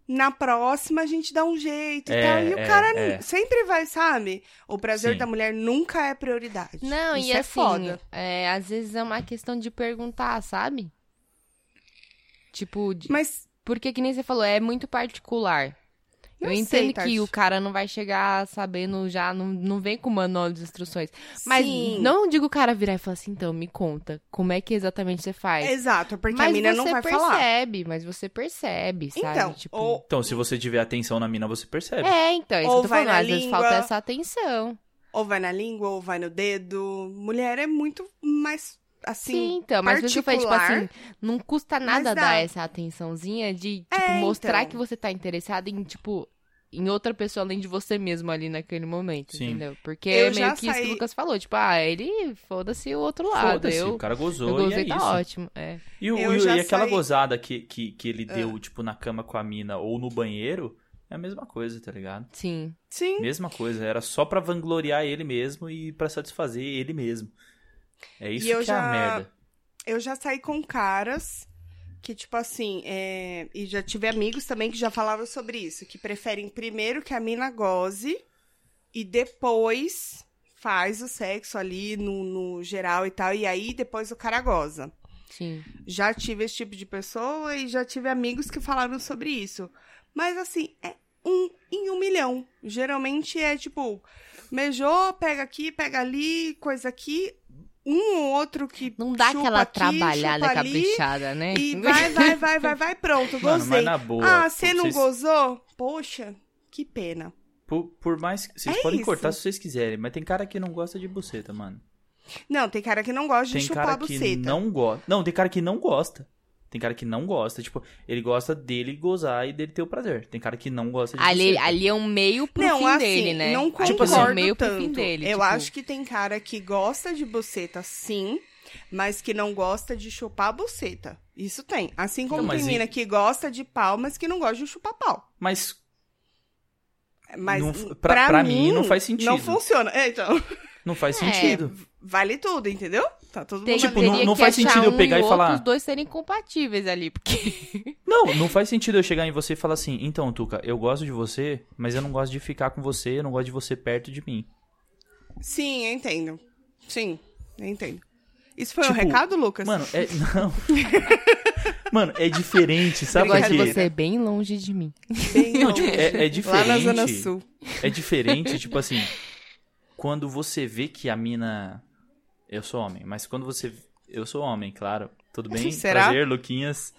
Na próxima a gente dá um jeito e É, tal. E o é, cara é. sempre vai, sabe? O prazer Sim. da mulher nunca é prioridade. Não, Isso e é assim, foda. é, às vezes é uma questão de perguntar, sabe? Tipo, de- Mas porque que nem você falou, é muito particular. Não eu sei, entendo que Tarsi. o cara não vai chegar sabendo já, não, não vem com o manual de instruções. Mas sim. não digo o cara virar e falar assim, então, me conta, como é que exatamente você faz? Exato, porque mas a mina você não vai falar. percebe, mas você percebe, sabe? Então, tipo... ou- Então, se você tiver atenção na mina, você percebe. É, então, é isso ou que eu tô vai falando, na às vezes língua. falta essa atenção. Ou vai na língua, ou vai no dedo. Mulher é muito mais, Sim, assim... então, mas às vezes eu falei, tipo particular, assim, não custa mas nada dá. dar essa atençãozinha de, tipo, É, mostrar então. que você tá interessado em, tipo, em outra pessoa além de você mesmo ali naquele momento, Sim. entendeu? Porque Eu é meio já que isso que saí- o Lucas falou, tipo, ah, ele, foda-se o outro lado, Foda-se, eu... o cara gozou, Eu gozei, e é tá isso. ótimo. É. E, o- Eu e- já e aquela saí- Ah. gozada que, que, que ele deu, tipo, na cama com a mina ou no banheiro, É a mesma coisa, tá ligado? Sim. Sim. Mesma coisa, era só pra vangloriar ele mesmo e pra satisfazer ele mesmo. É isso E eu que é a já- merda. eu já saí com caras que, tipo assim, é, e já tive amigos também que já falavam sobre isso, que preferem primeiro que a mina goze e depois faz o sexo ali no, no geral e tal, e aí depois o cara goza. Sim. Já tive esse tipo de pessoa e já tive amigos que falaram sobre isso. Mas assim, é um em um milhão. Geralmente é tipo, beijou, pega aqui, pega ali, coisa aqui. Um ou outro que. Não dá chupa aquela aqui, trabalhada chupa ali, caprichada, né? E vai, vai, vai, vai, vai, pronto, Mano, gozei. mas na boa. ah, você não vocês- gozou? Poxa, que pena. Por, por mais que. Vocês É podem isso. cortar se vocês quiserem, mas tem cara que não gosta de buceta, mano. Não, tem cara que não gosta de Tem chupar cara a que buceta. não gosta. Não, tem cara que não gosta. Tem cara que não gosta. Tipo, ele gosta dele gozar e dele ter o prazer. Tem cara que não gosta de Ali, buceta. ali é um meio pro não, fim assim, dele, né? não concordo tipo assim, um meio pro tanto. fim dele. Eu tipo, acho que tem cara que gosta de buceta, sim, mas que não gosta de chupar a buceta. Isso tem. Assim como Não, mas tem e- mina que gosta de pau, mas que não gosta de chupar pau. Mas Mas Não f- pra, pra- pra mim, não faz Não sentido. funciona. É, Então, não faz É. sentido. vale tudo, entendeu? Tá todo tem, mundo Tipo, ali. não- teria não que faz achar sentido eu um pegar e outro, falar- Os dois serem compatíveis ali, porque. Não, não faz sentido eu chegar em você e falar assim: então, Tuca, eu gosto de você, mas eu não gosto de ficar com você, eu não gosto de você perto de mim. Sim, eu entendo. Sim, eu entendo. Isso foi um Tipo, recado, Lucas? Mano, é. Não. Mano, é diferente, sabe por Obrigada gosto quê? de Porque- você bem longe de mim. Bem Não, tipo, longe. é, é Lá diferente. na Zona Sul. É diferente, tipo assim. Quando você vê que a mina. Eu sou homem, mas quando você. Eu sou homem, claro. Tudo bem? Será? Prazer, Luquinhas.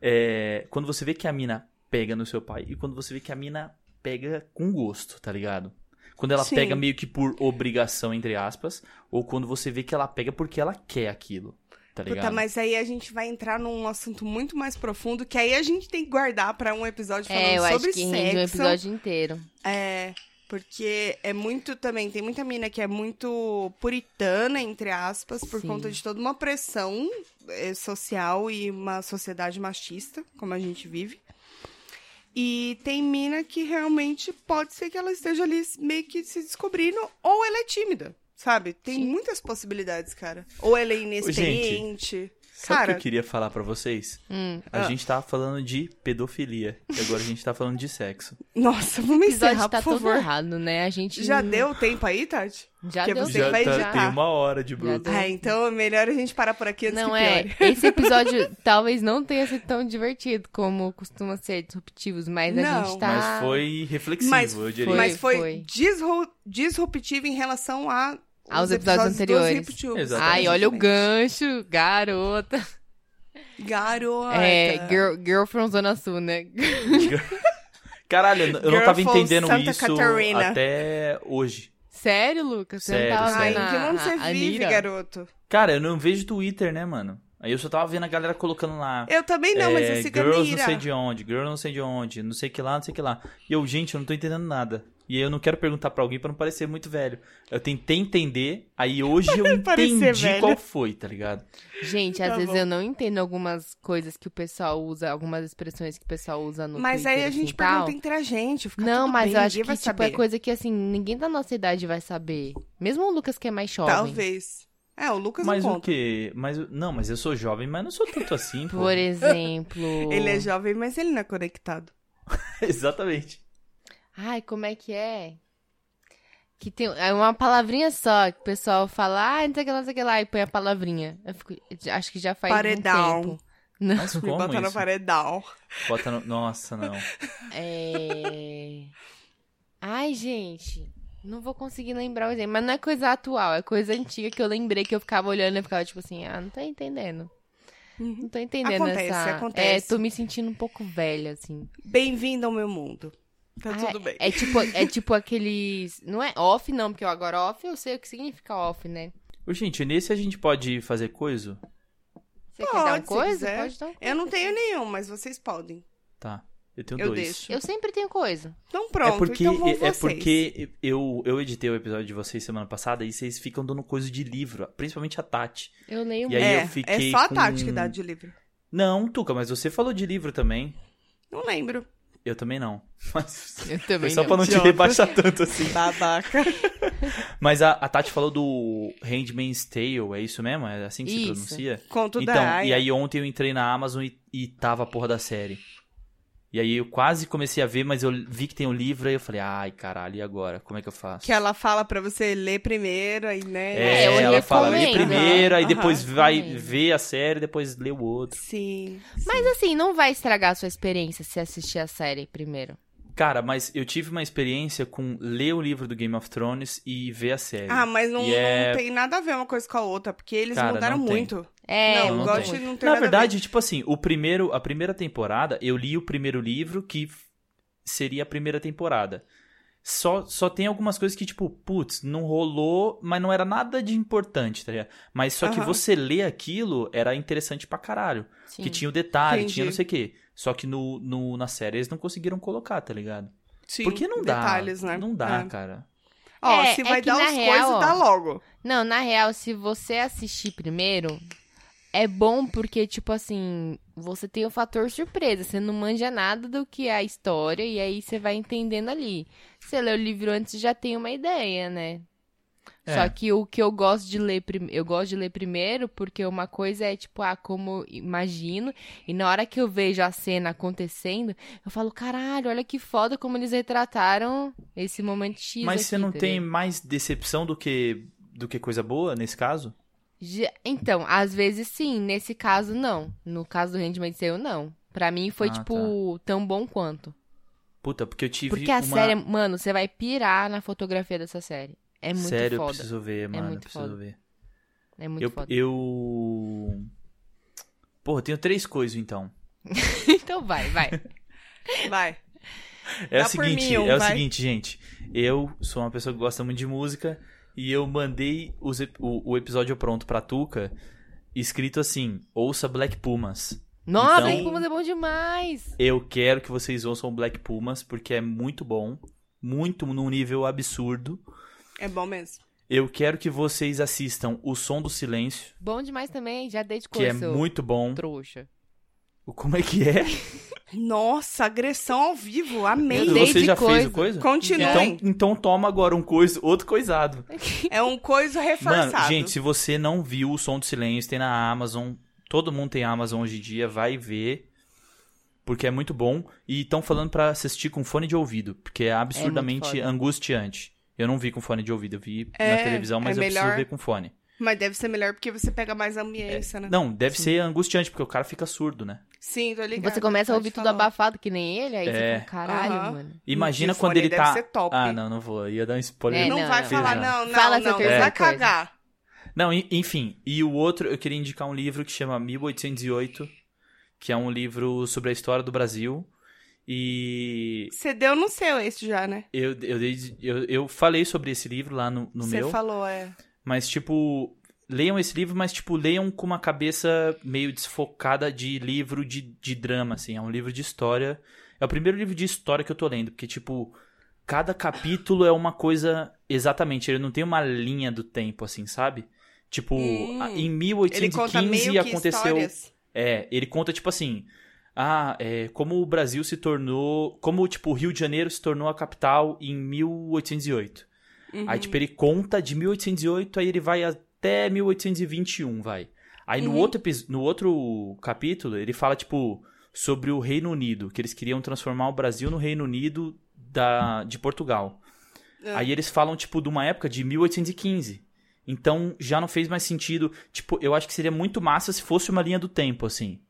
É, quando você vê que a mina pega no seu pai e quando você vê que a mina pega com gosto, tá ligado? Quando ela Sim. pega meio que por obrigação, entre aspas, ou quando você vê que ela pega porque ela quer aquilo, tá ligado? Puta, mas aí a gente vai entrar num assunto muito mais profundo, que aí a gente tem que guardar pra um episódio falando É, eu acho sobre que rende sexo. um episódio inteiro. É, porque é muito também, tem muita mina que é muito puritana, entre aspas, por Sim. conta de toda uma pressão é, social e uma sociedade machista, como a gente vive. E tem mina que realmente pode ser que ela esteja ali meio que se descobrindo, ou ela é tímida, sabe? Tem Sim. muitas possibilidades, cara. Ou ela é inexperiente. Sabe o que cara, eu queria falar pra vocês? Hum. Ah. A gente tava falando de pedofilia e agora a gente tá falando de sexo. Nossa, O vamos encerrar, episódio tá por todo favor. errado, né? A gente. Já não- deu tempo aí, Tati? Já que deu você já vai tá- já. tem uma hora de Já bruto. deu. Ah, então é melhor a gente parar por aqui antes Não que é. piore. Esse episódio talvez não tenha sido tão divertido como costuma ser disruptivos, mas a Não. gente tá. Mas foi reflexivo, Mas eu diria. Mas foi, foi. disru- disruptivo em relação a Aos os episódios dos anteriores. Ruptivos. Exatamente. Ai, olha o gancho, garota. Garota. É, girl, girl from Zona Sul, né? Caralho, eu não- eu não Girl tava from entendendo Santa isso Catarina. até hoje. Sério, Lucas? Você Sério, não tava Ai, em vendo sério. que a- mundo a você vive, Anira? garoto? Cara, eu não vejo Twitter, né, mano? Aí eu só tava vendo a galera colocando lá. Eu também não, mas é, eu sigo a Girls não Mira. sei de onde, girl não sei de onde, não sei que lá, não sei que lá. E eu, gente, eu não tô entendendo nada. E aí eu não quero perguntar pra alguém pra não parecer muito velho. Eu tentei entender, aí hoje eu Parecer entendi velho. qual foi, tá ligado? Gente, às Tá vezes bom. eu não entendo algumas coisas que o pessoal usa, algumas expressões que o pessoal usa no Mas Twitter, aí a gente assim, tal. pergunta entre a gente. Fica Não, tudo mas bem, eu acho ninguém que vai tipo, saber. é coisa que assim, ninguém da nossa idade vai saber. Mesmo o Lucas que é mais jovem. Talvez. É, o Lucas Mas não o conta. quê? Mas, o- não, mas eu sou jovem, mas não sou tanto assim, pô. Por exemplo. Ele é jovem, mas ele não é conectado. Exatamente. Ai, como é que é? Que tem é uma palavrinha só que o pessoal fala, ah, não sei o que lá, não sei o que lá, e põe a palavrinha. Eu fico- acho que já faz Paredão. um tempo. Não, Mas Me como botar no isso? paredão. Bota no... Nossa, não. é... Ai, gente, não vou conseguir lembrar o exemplo. Mas não é coisa atual, é coisa antiga que eu lembrei que eu ficava olhando e eu ficava tipo assim, ah, não tô entendendo. Não tô entendendo Acontece, essa... acontece. É, tô me sentindo um pouco velha, assim. Bem-vindo ao meu mundo. Tá Ah, tudo bem. É tipo, é tipo aqueles... Não é off, não, porque eu agora off, eu sei o que significa off, né? Ô, gente, nesse a gente pode fazer coisa? Você quer dar um Pode, se coisa? quiser. É Pode dar é um coisa. Eu não tenho nenhum, mas vocês podem. Tá. Eu tenho Eu dois. deixo. Eu sempre tenho coisa. Então pronto, é porque, então vão é vocês. porque eu, eu editei o episódio de vocês semana passada e vocês ficam dando coisa de livro, principalmente a Tati. Eu leio E aí- muito. é, eu fiquei é só a com- Tati que dá de livro. Não, Tuca, mas você falou de livro também. Não lembro. Eu também não. Mas Eu foi também só pra não te Idiota. rebaixar tanto assim. Babaca. Mas a, a Tati falou do Handmaid's Tale, é isso mesmo? É assim que se Isso. pronuncia? Conto então, da Aya. e aí ontem eu entrei na Amazon e, e tava a porra da série. E aí eu quase comecei a ver, mas eu vi que tem um livro e eu falei, ai caralho, e agora? Como é que eu faço? Que ela fala pra você ler primeiro, aí, né? É, eu ela fala lê recomendo, primeiro, né? aí depois Aham, vai recomendo. ver a série, depois lê o outro. Sim. Mas assim, não vai estragar a sua experiência se assistir a série primeiro. Cara, mas eu tive uma experiência com ler o livro do Game of Thrones e ver a série. Ah, mas não, E não é- tem nada a ver uma coisa com a outra, porque eles Cara, mudaram não tem. muito. É, não, não God tem. não tem nada Na a ver. verdade, tipo assim, o primeiro, a primeira temporada, eu li o primeiro livro que f- seria a primeira temporada. Só, só tem algumas coisas que, tipo, putz, não rolou, mas não era nada de importante, tá ligado? Mas só que Aham. você ler aquilo era interessante pra caralho. sim. Que tinha o detalhe, Entendi. tinha não sei o quê. Só que no, no, na série eles não conseguiram colocar, tá ligado? Sim, Porque não dá. detalhes, né? Não dá, É. cara. Ó, É, se é vai que dar na os real, coisas, dá ó. logo. Não, na real, se você assistir primeiro, é bom porque, tipo assim, você tem o fator surpresa. Você não manja nada do que é a história e aí você vai entendendo ali. Você lê o livro antes já tem uma ideia, né? É. Só que o que eu gosto de ler, prim- eu gosto de ler primeiro, porque uma coisa é tipo, ah, como eu imagino, e na hora que eu vejo a cena acontecendo, eu falo, caralho, olha que foda como eles retrataram esse momento X. Mas você aqui", não tá tem ligado? mais decepção do que, do que coisa boa, nesse caso? Ge- Então, às vezes sim, nesse caso não. No caso do Handmaid's Tale, não. Pra mim foi, Ah, tipo, tão bom quanto. Puta, porque eu tive Porque a uma... série, é mano, você vai pirar na fotografia dessa série. É muito Sério, eu foda. É preciso ver, mano. muito eu preciso foda. ver. É muito Eu, foda. eu. Porra, eu tenho três coisas então. então vai, vai. Vai. É Dá o por seguinte, mim um, é o vai. seguinte, gente. Eu sou uma pessoa que gosta muito de música e eu mandei os ep- o, o episódio pronto pra Tuca, escrito assim: ouça Black Pumas. Nossa, Então- então... Pumas é bom demais. Eu quero que vocês ouçam Black Pumas, porque é muito bom. Muito num nível absurdo. É bom mesmo. Eu quero que vocês assistam O Som do Silêncio, Bom demais também, já dei de que é coisa. seu muito bom. trouxa. Como é que é? Nossa, agressão ao vivo. Amei. Meu Deus. Você de já fez coisa. o coisa? Então, Continuem. então toma agora um coisa, outro coisado. É um coisa reforçado. Mano, gente, se você não viu o Som do Silêncio, tem na Amazon. Todo mundo tem Amazon hoje em dia, vai ver. Porque é muito bom. E estão falando pra assistir com fone de ouvido, porque é absurdamente foda. angustiante. Eu não vi com fone de ouvido, eu vi na É, televisão, mas é eu preciso melhor. ver com fone. Mas deve ser melhor porque você pega mais ambiência, né? É, Não, deve ser angustiante, porque o cara fica surdo, né? Sim, tô ligado. Você começa a Pode ouvir tudo falar. abafado, que nem ele, aí É. você fica, caralho, Aham. mano. Imagina o quando fone ele deve tá. ser top. Ah, não, não vou. Ia dar um spoiler. É, não, não, vai não. falar, Fiz, não, não, Fala essa não. terceira vai coisa. cagar. Não, en- enfim. E o outro, eu queria indicar um livro que chama 1808, que é um livro sobre a história do Brasil. E Você deu no seu esse já, né? eu, eu, dei- eu, eu falei sobre esse livro lá no, no Você meu. falou, é. Mas, tipo, leiam esse livro, mas, tipo, leiam com uma cabeça meio desfocada de livro de, de drama, assim. É um livro de história. É o primeiro livro de história que eu tô lendo, porque, tipo, cada capítulo é uma coisa. Exatamente, ele não tem uma linha do tempo, assim, sabe? Tipo, Hum. a- em Ele conta meio 1815 que aconteceu. histórias. É, ele conta, tipo assim. Ah, é, como o Brasil se tornou. Como, tipo, o Rio de Janeiro se tornou a capital em 1808. Uhum. Aí, tipo, ele conta de 1808, aí ele vai até 1821, vai. Aí no, Uhum. outro, epi- no outro capítulo, ele fala, tipo, sobre o Reino Unido, que eles queriam transformar o Brasil no Reino Unido da, de Portugal. Ah. Aí eles falam, tipo, de uma época de 1815. Então, já não fez mais sentido. Tipo, eu acho que seria muito massa se fosse uma linha do tempo, assim.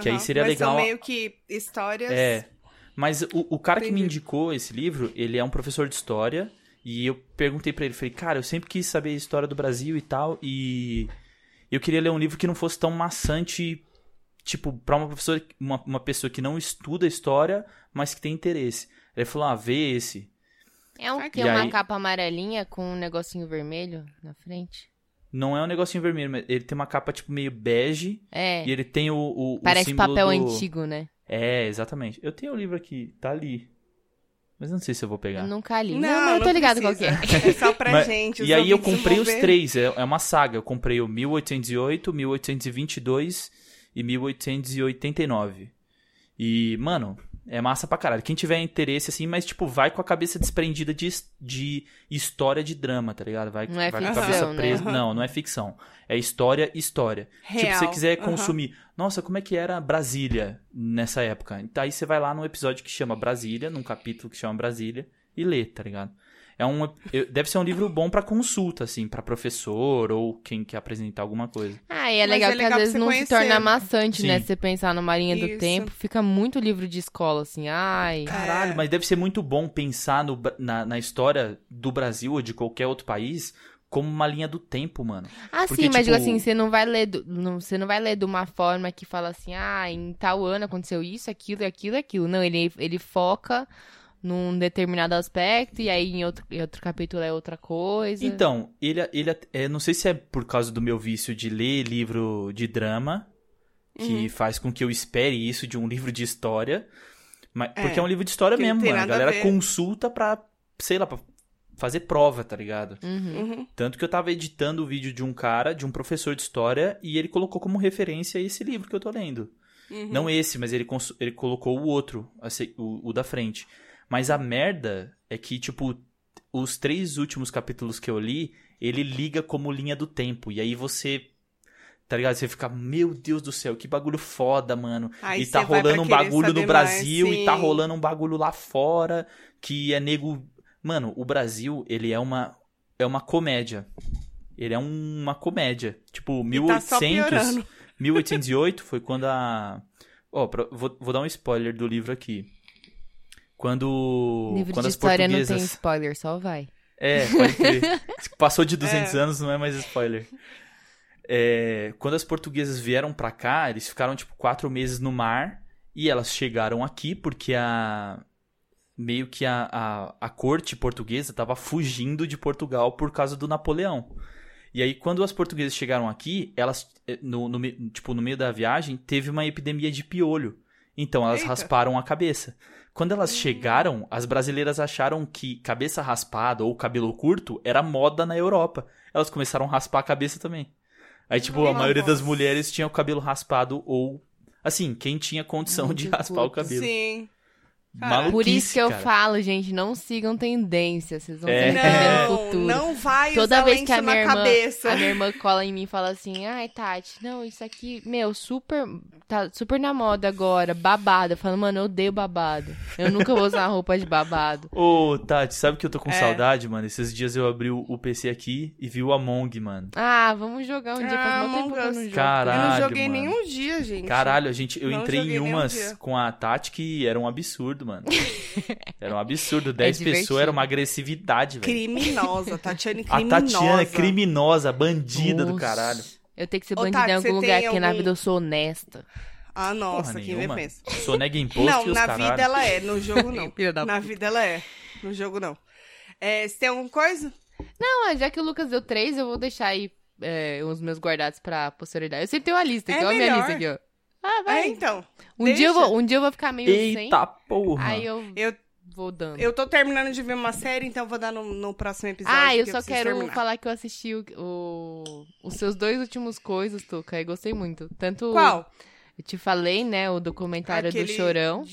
que aí Aham. seria Mas legal- São meio que histórias. É. Mas o, o cara que me Entendi. indicou esse livro, ele é um professor de história. E eu perguntei pra ele, falei, cara, eu sempre quis saber a história do Brasil e tal. E eu queria ler um livro que não fosse tão maçante, tipo, pra uma, professora, uma, uma pessoa que não estuda história, mas que tem interesse. Ele falou, ah, vê esse. É um Aqui. que é E uma aí- capa amarelinha com um negocinho vermelho na frente. Não é um negocinho vermelho, mas ele tem uma capa, tipo, meio bege. É. E ele tem o. o- o Parece símbolo papel do- antigo, né? É, exatamente. Eu tenho o livro aqui, tá ali. Mas eu não sei se eu vou pegar. Eu nunca li. Não, Não, mas eu tô não ligado precisa. qual que É só pra Mas- gente. os E aí eu ouvintes comprei vão os ver. três, é, é uma saga. Eu comprei o 1808, 1822 e 1889. E, mano, É massa pra caralho. Quem tiver interesse, assim, mas, tipo, vai com a cabeça desprendida de, his- de história de drama, tá ligado? Vai, Não é vai com ficção, a cabeça né? presa. Aham. Não, não é ficção. É história, história. Tipo, Real, se você quiser aham. consumir, nossa, como é que era Brasília nessa época? Então, aí você vai lá num episódio que chama Brasília, num capítulo que chama Brasília, e lê, tá ligado? É um, eu- deve ser um livro bom pra consulta, assim, pra professor ou quem quer apresentar alguma coisa. Ah, e é Mas legal, é que às legal pra vezes você não se conhecer. torna maçante, né? Sim. Você pensar numa linha do Isso. tempo, fica muito livro de escola, assim, ai. Caralho, É. mas deve ser muito bom pensar no Bra- na, na história do Brasil ou de qualquer outro país como uma linha do tempo, mano. Ah, Porque, sim, mas digo tipo- assim, você não vai ler do- não, você não vai ler de uma forma que fala assim, ah, em tal ano aconteceu isso, aquilo, aquilo, aquilo. Não, ele, ele foca num determinado aspecto e aí em outro, em outro capítulo é outra coisa. Então, ele, ele é, não sei se é por causa do meu vício de ler livro de drama, Uhum. que faz com que eu espere isso de um livro de história, mas, É, porque é um livro de história que não mesmo, tem mano. A nada a galera ver. consulta pra, sei lá, pra fazer prova, tá ligado? Uhum. Uhum. Tanto que eu tava editando o vídeo de um cara, de um professor de história, e ele colocou como referência esse livro que eu tô lendo. Uhum. Não esse, mas ele, cons- ele colocou o outro, a se- o, o da frente. Mas a merda é que, tipo, os três últimos capítulos que eu li, ele liga como linha do tempo. E aí você. Tá ligado? Você fica, meu Deus do céu, que bagulho foda, mano. Aí e tá você vai pra rolando um querer bagulho saber no Brasil mais, e tá sim. rolando um bagulho lá fora que é nego. Mano, o Brasil, ele é uma. É uma comédia. Ele é um- uma comédia. Tipo, E tá só 1800. piorando. 1808 foi quando a. Ó, pra- vou, vou dar um spoiler do livro aqui. Quando. livro quando de as história não tem portuguesas. spoiler, só vai. É, pode crer. Passou de 200 É. anos, não é mais spoiler. É, quando as portuguesas vieram pra cá, eles ficaram tipo quatro meses no mar e elas chegaram aqui porque a meio que a, a, a corte portuguesa tava fugindo de Portugal por causa do Napoleão. E aí quando as portuguesas chegaram aqui, elas eh, no, no me- tipo no meio da viagem teve uma epidemia de piolho. Então elas Eita. Hum. rasparam a cabeça. Quando elas chegaram, as brasileiras acharam que cabeça raspada ou cabelo curto era moda na Europa. Elas começaram a raspar a cabeça também. Aí, tipo, a Nossa. maioria das mulheres tinha o cabelo raspado ou. Assim, quem tinha condição de Muito raspar o curto. cabelo. Sim. Maluquice, Por isso que eu É cara. falo, gente, não sigam tendências, vocês vão É. sempre ver o Não, futuro. não vai Toda usar vez lenço que a na minha irmã- cabeça. A minha irmã cola em mim e fala assim: ai, Tati, não, isso aqui, meu, super. Tá super na moda agora, babado. Eu falo, mano, eu odeio babado. Eu nunca vou usar roupa de babado. Ô, Tati, sabe que eu tô com É. saudade, mano? Esses dias eu abri o o PC aqui e vi o Among, mano. Ah, vamos jogar um dia Ah, pra não tempo que eu Among não Us. jogo. Cara. eu Caralho, não joguei mano. nenhum dia, gente. Caralho, a gente, eu Não entrei em joguei nenhum umas dia. com a Tati que era um absurdo, mano. Era um absurdo. É 10 divertido. pessoas era uma agressividade, velho. Criminosa, Tatiane A criminosa. Tatiana é criminosa, bandida do Nossa. caralho. Eu tenho que ser Ô, bandida Tati, em você algum tem lugar, porque na algum- vida eu sou honesta. Ah, nossa, Porra que nenhuma. repensa. Sou nega imposto Não, e os na caralho. vida ela é, no jogo não. Filha da na puta. vida ela é, no jogo não. É, você tem alguma coisa? Não, mas já que o Lucas deu três, eu vou deixar aí é, os meus guardados pra posterioridade. Eu sempre tenho uma lista, É aqui, ó, a minha melhor. lista aqui, ó. Ah, É, vai. então. um, dia eu deixa. vou, um dia eu vou ficar é meio sem. Eita porra. Aí eu Eu, vou dando. eu tô terminando de ver uma série, então eu vou dar no, no próximo episódio. Ah, eu porque só preciso quero terminar. falar que eu assisti o, o- os seus dois últimos coisas, Tuca, e gostei muito. Tanto. Qual? Eu te falei, né? O documentário Aquele- do Chorão.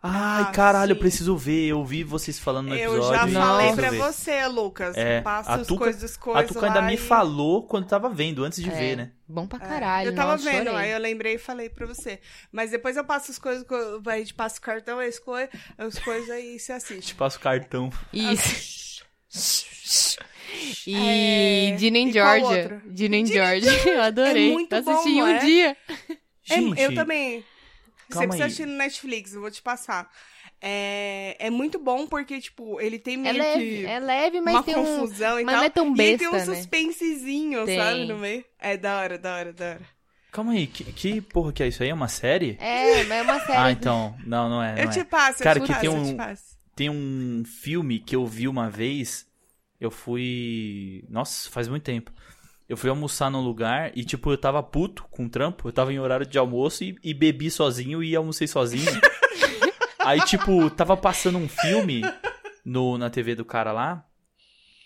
Ai, Ah, caralho, eu sim. preciso ver. Eu ouvi vocês falando no Eu episódio. já e falei preciso pra ver. você, Lucas. É, Passa a os Tuca- coisas, A coisas Tuca ainda lá me e- falou quando tava vendo, antes de É. ver, né? Bom pra É. caralho. Eu tava nossa, vendo, chorei. aí eu lembrei e falei pra você. Mas depois eu passo as coisas, co- a gente passa o cartão, as, co as coisas aí e você assiste. Te passo o cartão. Isso. Ah, É, E Dina em e qual Georgia. outro? Dina em Georgia. Eu adorei. muito Assisti bom, em um é? dia. É, Gente, eu também. calma você precisa aí. assistir no Netflix, eu vou te passar. É, é muito bom porque, tipo, ele tem É meio leve, que é leve, mas uma tem um. confusão e Mas tal. não é tão e aí besta, tem um né? suspensezinho, Tem. sabe, no meio. É da hora, da hora, da hora. Calma aí, que, que porra que é isso aí? É uma série? É, mas é uma série. Ah, então. Não, não é. eu não é. te passo, Cara, eu te que passo, tem eu te um- passo. Tem um filme que eu vi uma vez. Eu fui. Nossa, faz muito tempo. Eu fui almoçar num lugar e, tipo, eu tava puto com o trampo. Eu tava em horário de almoço e, e bebi sozinho e almocei sozinho. Aí, tipo, tava passando um filme no, na TV do cara lá.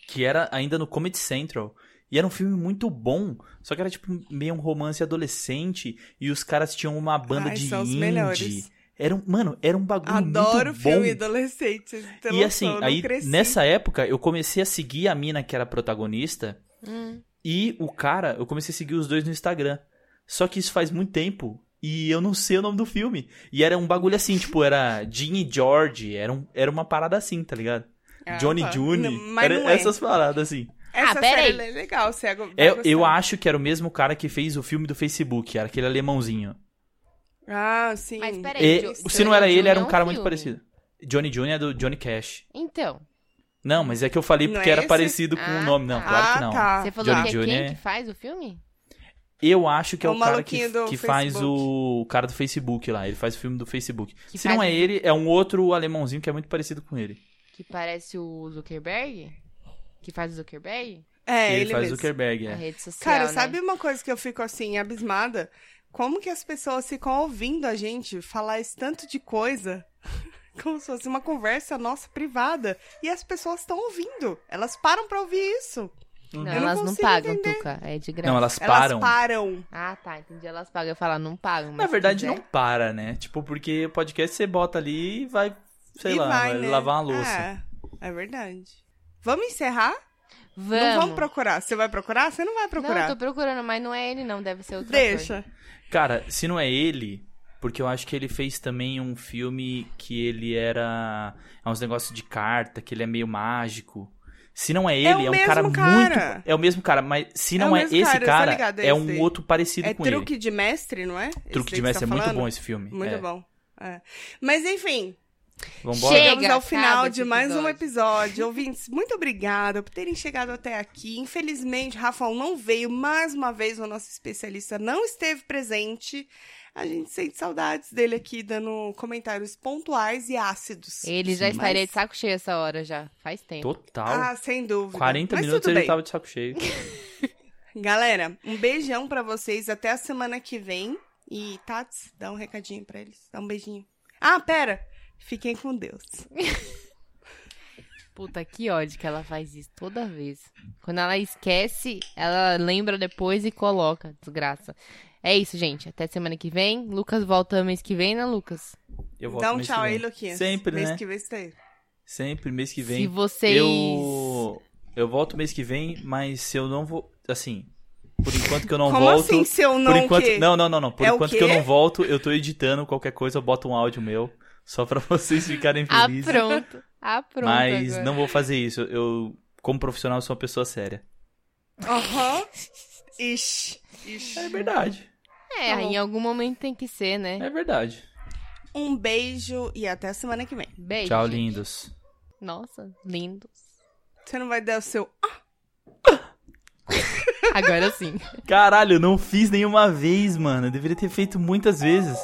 Que era ainda no Comedy Central. E era um filme muito bom. Só que era, tipo, meio um romance adolescente. E os caras tinham uma banda Ai, de são os indie. melhores. Era um, mano, era um bagulho Adoro muito bom. filme adolescente. vocês não têm E noção, assim, eu não aí cresci. nessa época eu comecei a seguir a mina que era protagonista Hum. e o cara, eu comecei a seguir os dois no Instagram. Só que isso faz muito tempo e eu não sei o nome do filme. E era um bagulho assim, tipo, era Jean e George, era, um, era uma parada assim, tá ligado? Ah, Johnny tá. June, Não, mas era não é. essas paradas assim. Essa Ah, pera série é legal, você vai É, Eu, gostar. acho que era o mesmo cara que fez o filme do Facebook, era aquele alemãozinho. Ah, sim. Mas peraí. E, Jo- se não era É, Johnny ele, era June é um um cara muito filme. parecido. Johnny Jr. é do Johnny Cash. Então, Não, mas é que eu falei Não porque é era esse? parecido com o Ah, nome. Não, tá. claro que não. Ah, tá. você falou Johnny que é June é- quem que faz o filme? Eu acho que é É o, o cara que, maluquinho do que faz Facebook. o o cara do Facebook lá. Ele faz o filme do Facebook. Que Se faz não é o- ele, é um outro alemãozinho que é muito parecido com ele. Que parece o Zuckerberg? Que faz o Zuckerberg? É, ele, ele, faz mesmo. Zuckerberg, A é. rede social. Cara, né? sabe uma coisa que eu fico assim, abismada? Como que as pessoas ficam ouvindo a gente falar esse tanto de coisa? Como se fosse uma conversa nossa privada. E as pessoas estão ouvindo. Elas param pra ouvir isso. Não, Eu não elas não consigo pagam, entender. Tuca. É de graça. Não, elas Elas param. param. Ah, tá. Entendi. Elas pagam. Eu falo, não pagam. mas Na se verdade, quiser- não para, né? Tipo, porque podcast você bota ali e vai, e sei lá, vai, vai né? lavar uma louça. É, é verdade. Vamos encerrar? Vamos. Não vamos procurar. Você vai procurar? Você não vai procurar. Não, eu tô procurando, mas não é ele, não. Deve ser outro Deixa. Cara, se não é ele, porque eu acho que ele fez também um filme que ele era. É uns negócios de carta, que ele é meio mágico. Se não é ele, É é, o um mesmo cara, cara. muito. É o mesmo cara, mas se É não o é, mesmo esse cara, eu tô cara, ligada, é esse um daí. outro parecido É com truque de mestre, não é? ele. Esse Truque daí que você de mestre é tá muito falando? bom esse filme. Muito é. bom. É. Mas enfim, Vambora? Chega, Chegamos ao final acaba de esse mais um episódio. episódio. Ouvintes, muito obrigada por terem chegado até aqui. Infelizmente, Rafael não veio. Mais uma vez, o nosso especialista não esteve presente. A gente sente saudades dele aqui, dando comentários pontuais e ácidos. Ele já Sim, estaria mas- de saco cheio essa hora já. Faz tempo. Total. Ah, sem dúvida. 40 Mas minutos tudo ele bem. tava de saco cheio. Galera, um beijão pra vocês. Até a semana que vem. E, Tats, dá um recadinho pra eles. Dá um beijinho. Ah, pera. Fiquem com Deus. Puta, que ódio que ela faz isso toda vez. Quando ela esquece, ela lembra depois e coloca. Desgraça. É isso, gente. Até semana que vem. Lucas volta mês que vem, né, Lucas? Eu volto dá um mês tchau que vem. aí, Luquinhas. Sempre, Mês né? que vem você tá aí. Sempre, mês que vem. Se vocês. Eu. Eu volto mês que vem, mas se eu não vou. Assim, por enquanto que eu não Como volto. assim, se eu não Por enquanto, quê? não, não, não, não. Por É o enquanto quê? que eu não volto, eu tô editando qualquer coisa, eu boto um áudio meu só pra vocês ficarem Ah, felizes. pronto. Ah, pronto. Mas agora. não vou fazer isso. Eu, como profissional, sou uma pessoa séria. Aham. Ixi. Ixi. É verdade. É, Tá bom. em algum momento tem que ser, né? É verdade. Um beijo e até semana que vem. Beijo. Tchau, É gente. lindos. Nossa, lindos. Você não vai dar o seu. Agora sim. Caralho, eu não fiz nenhuma vez, mano. Eu deveria ter feito muitas vezes.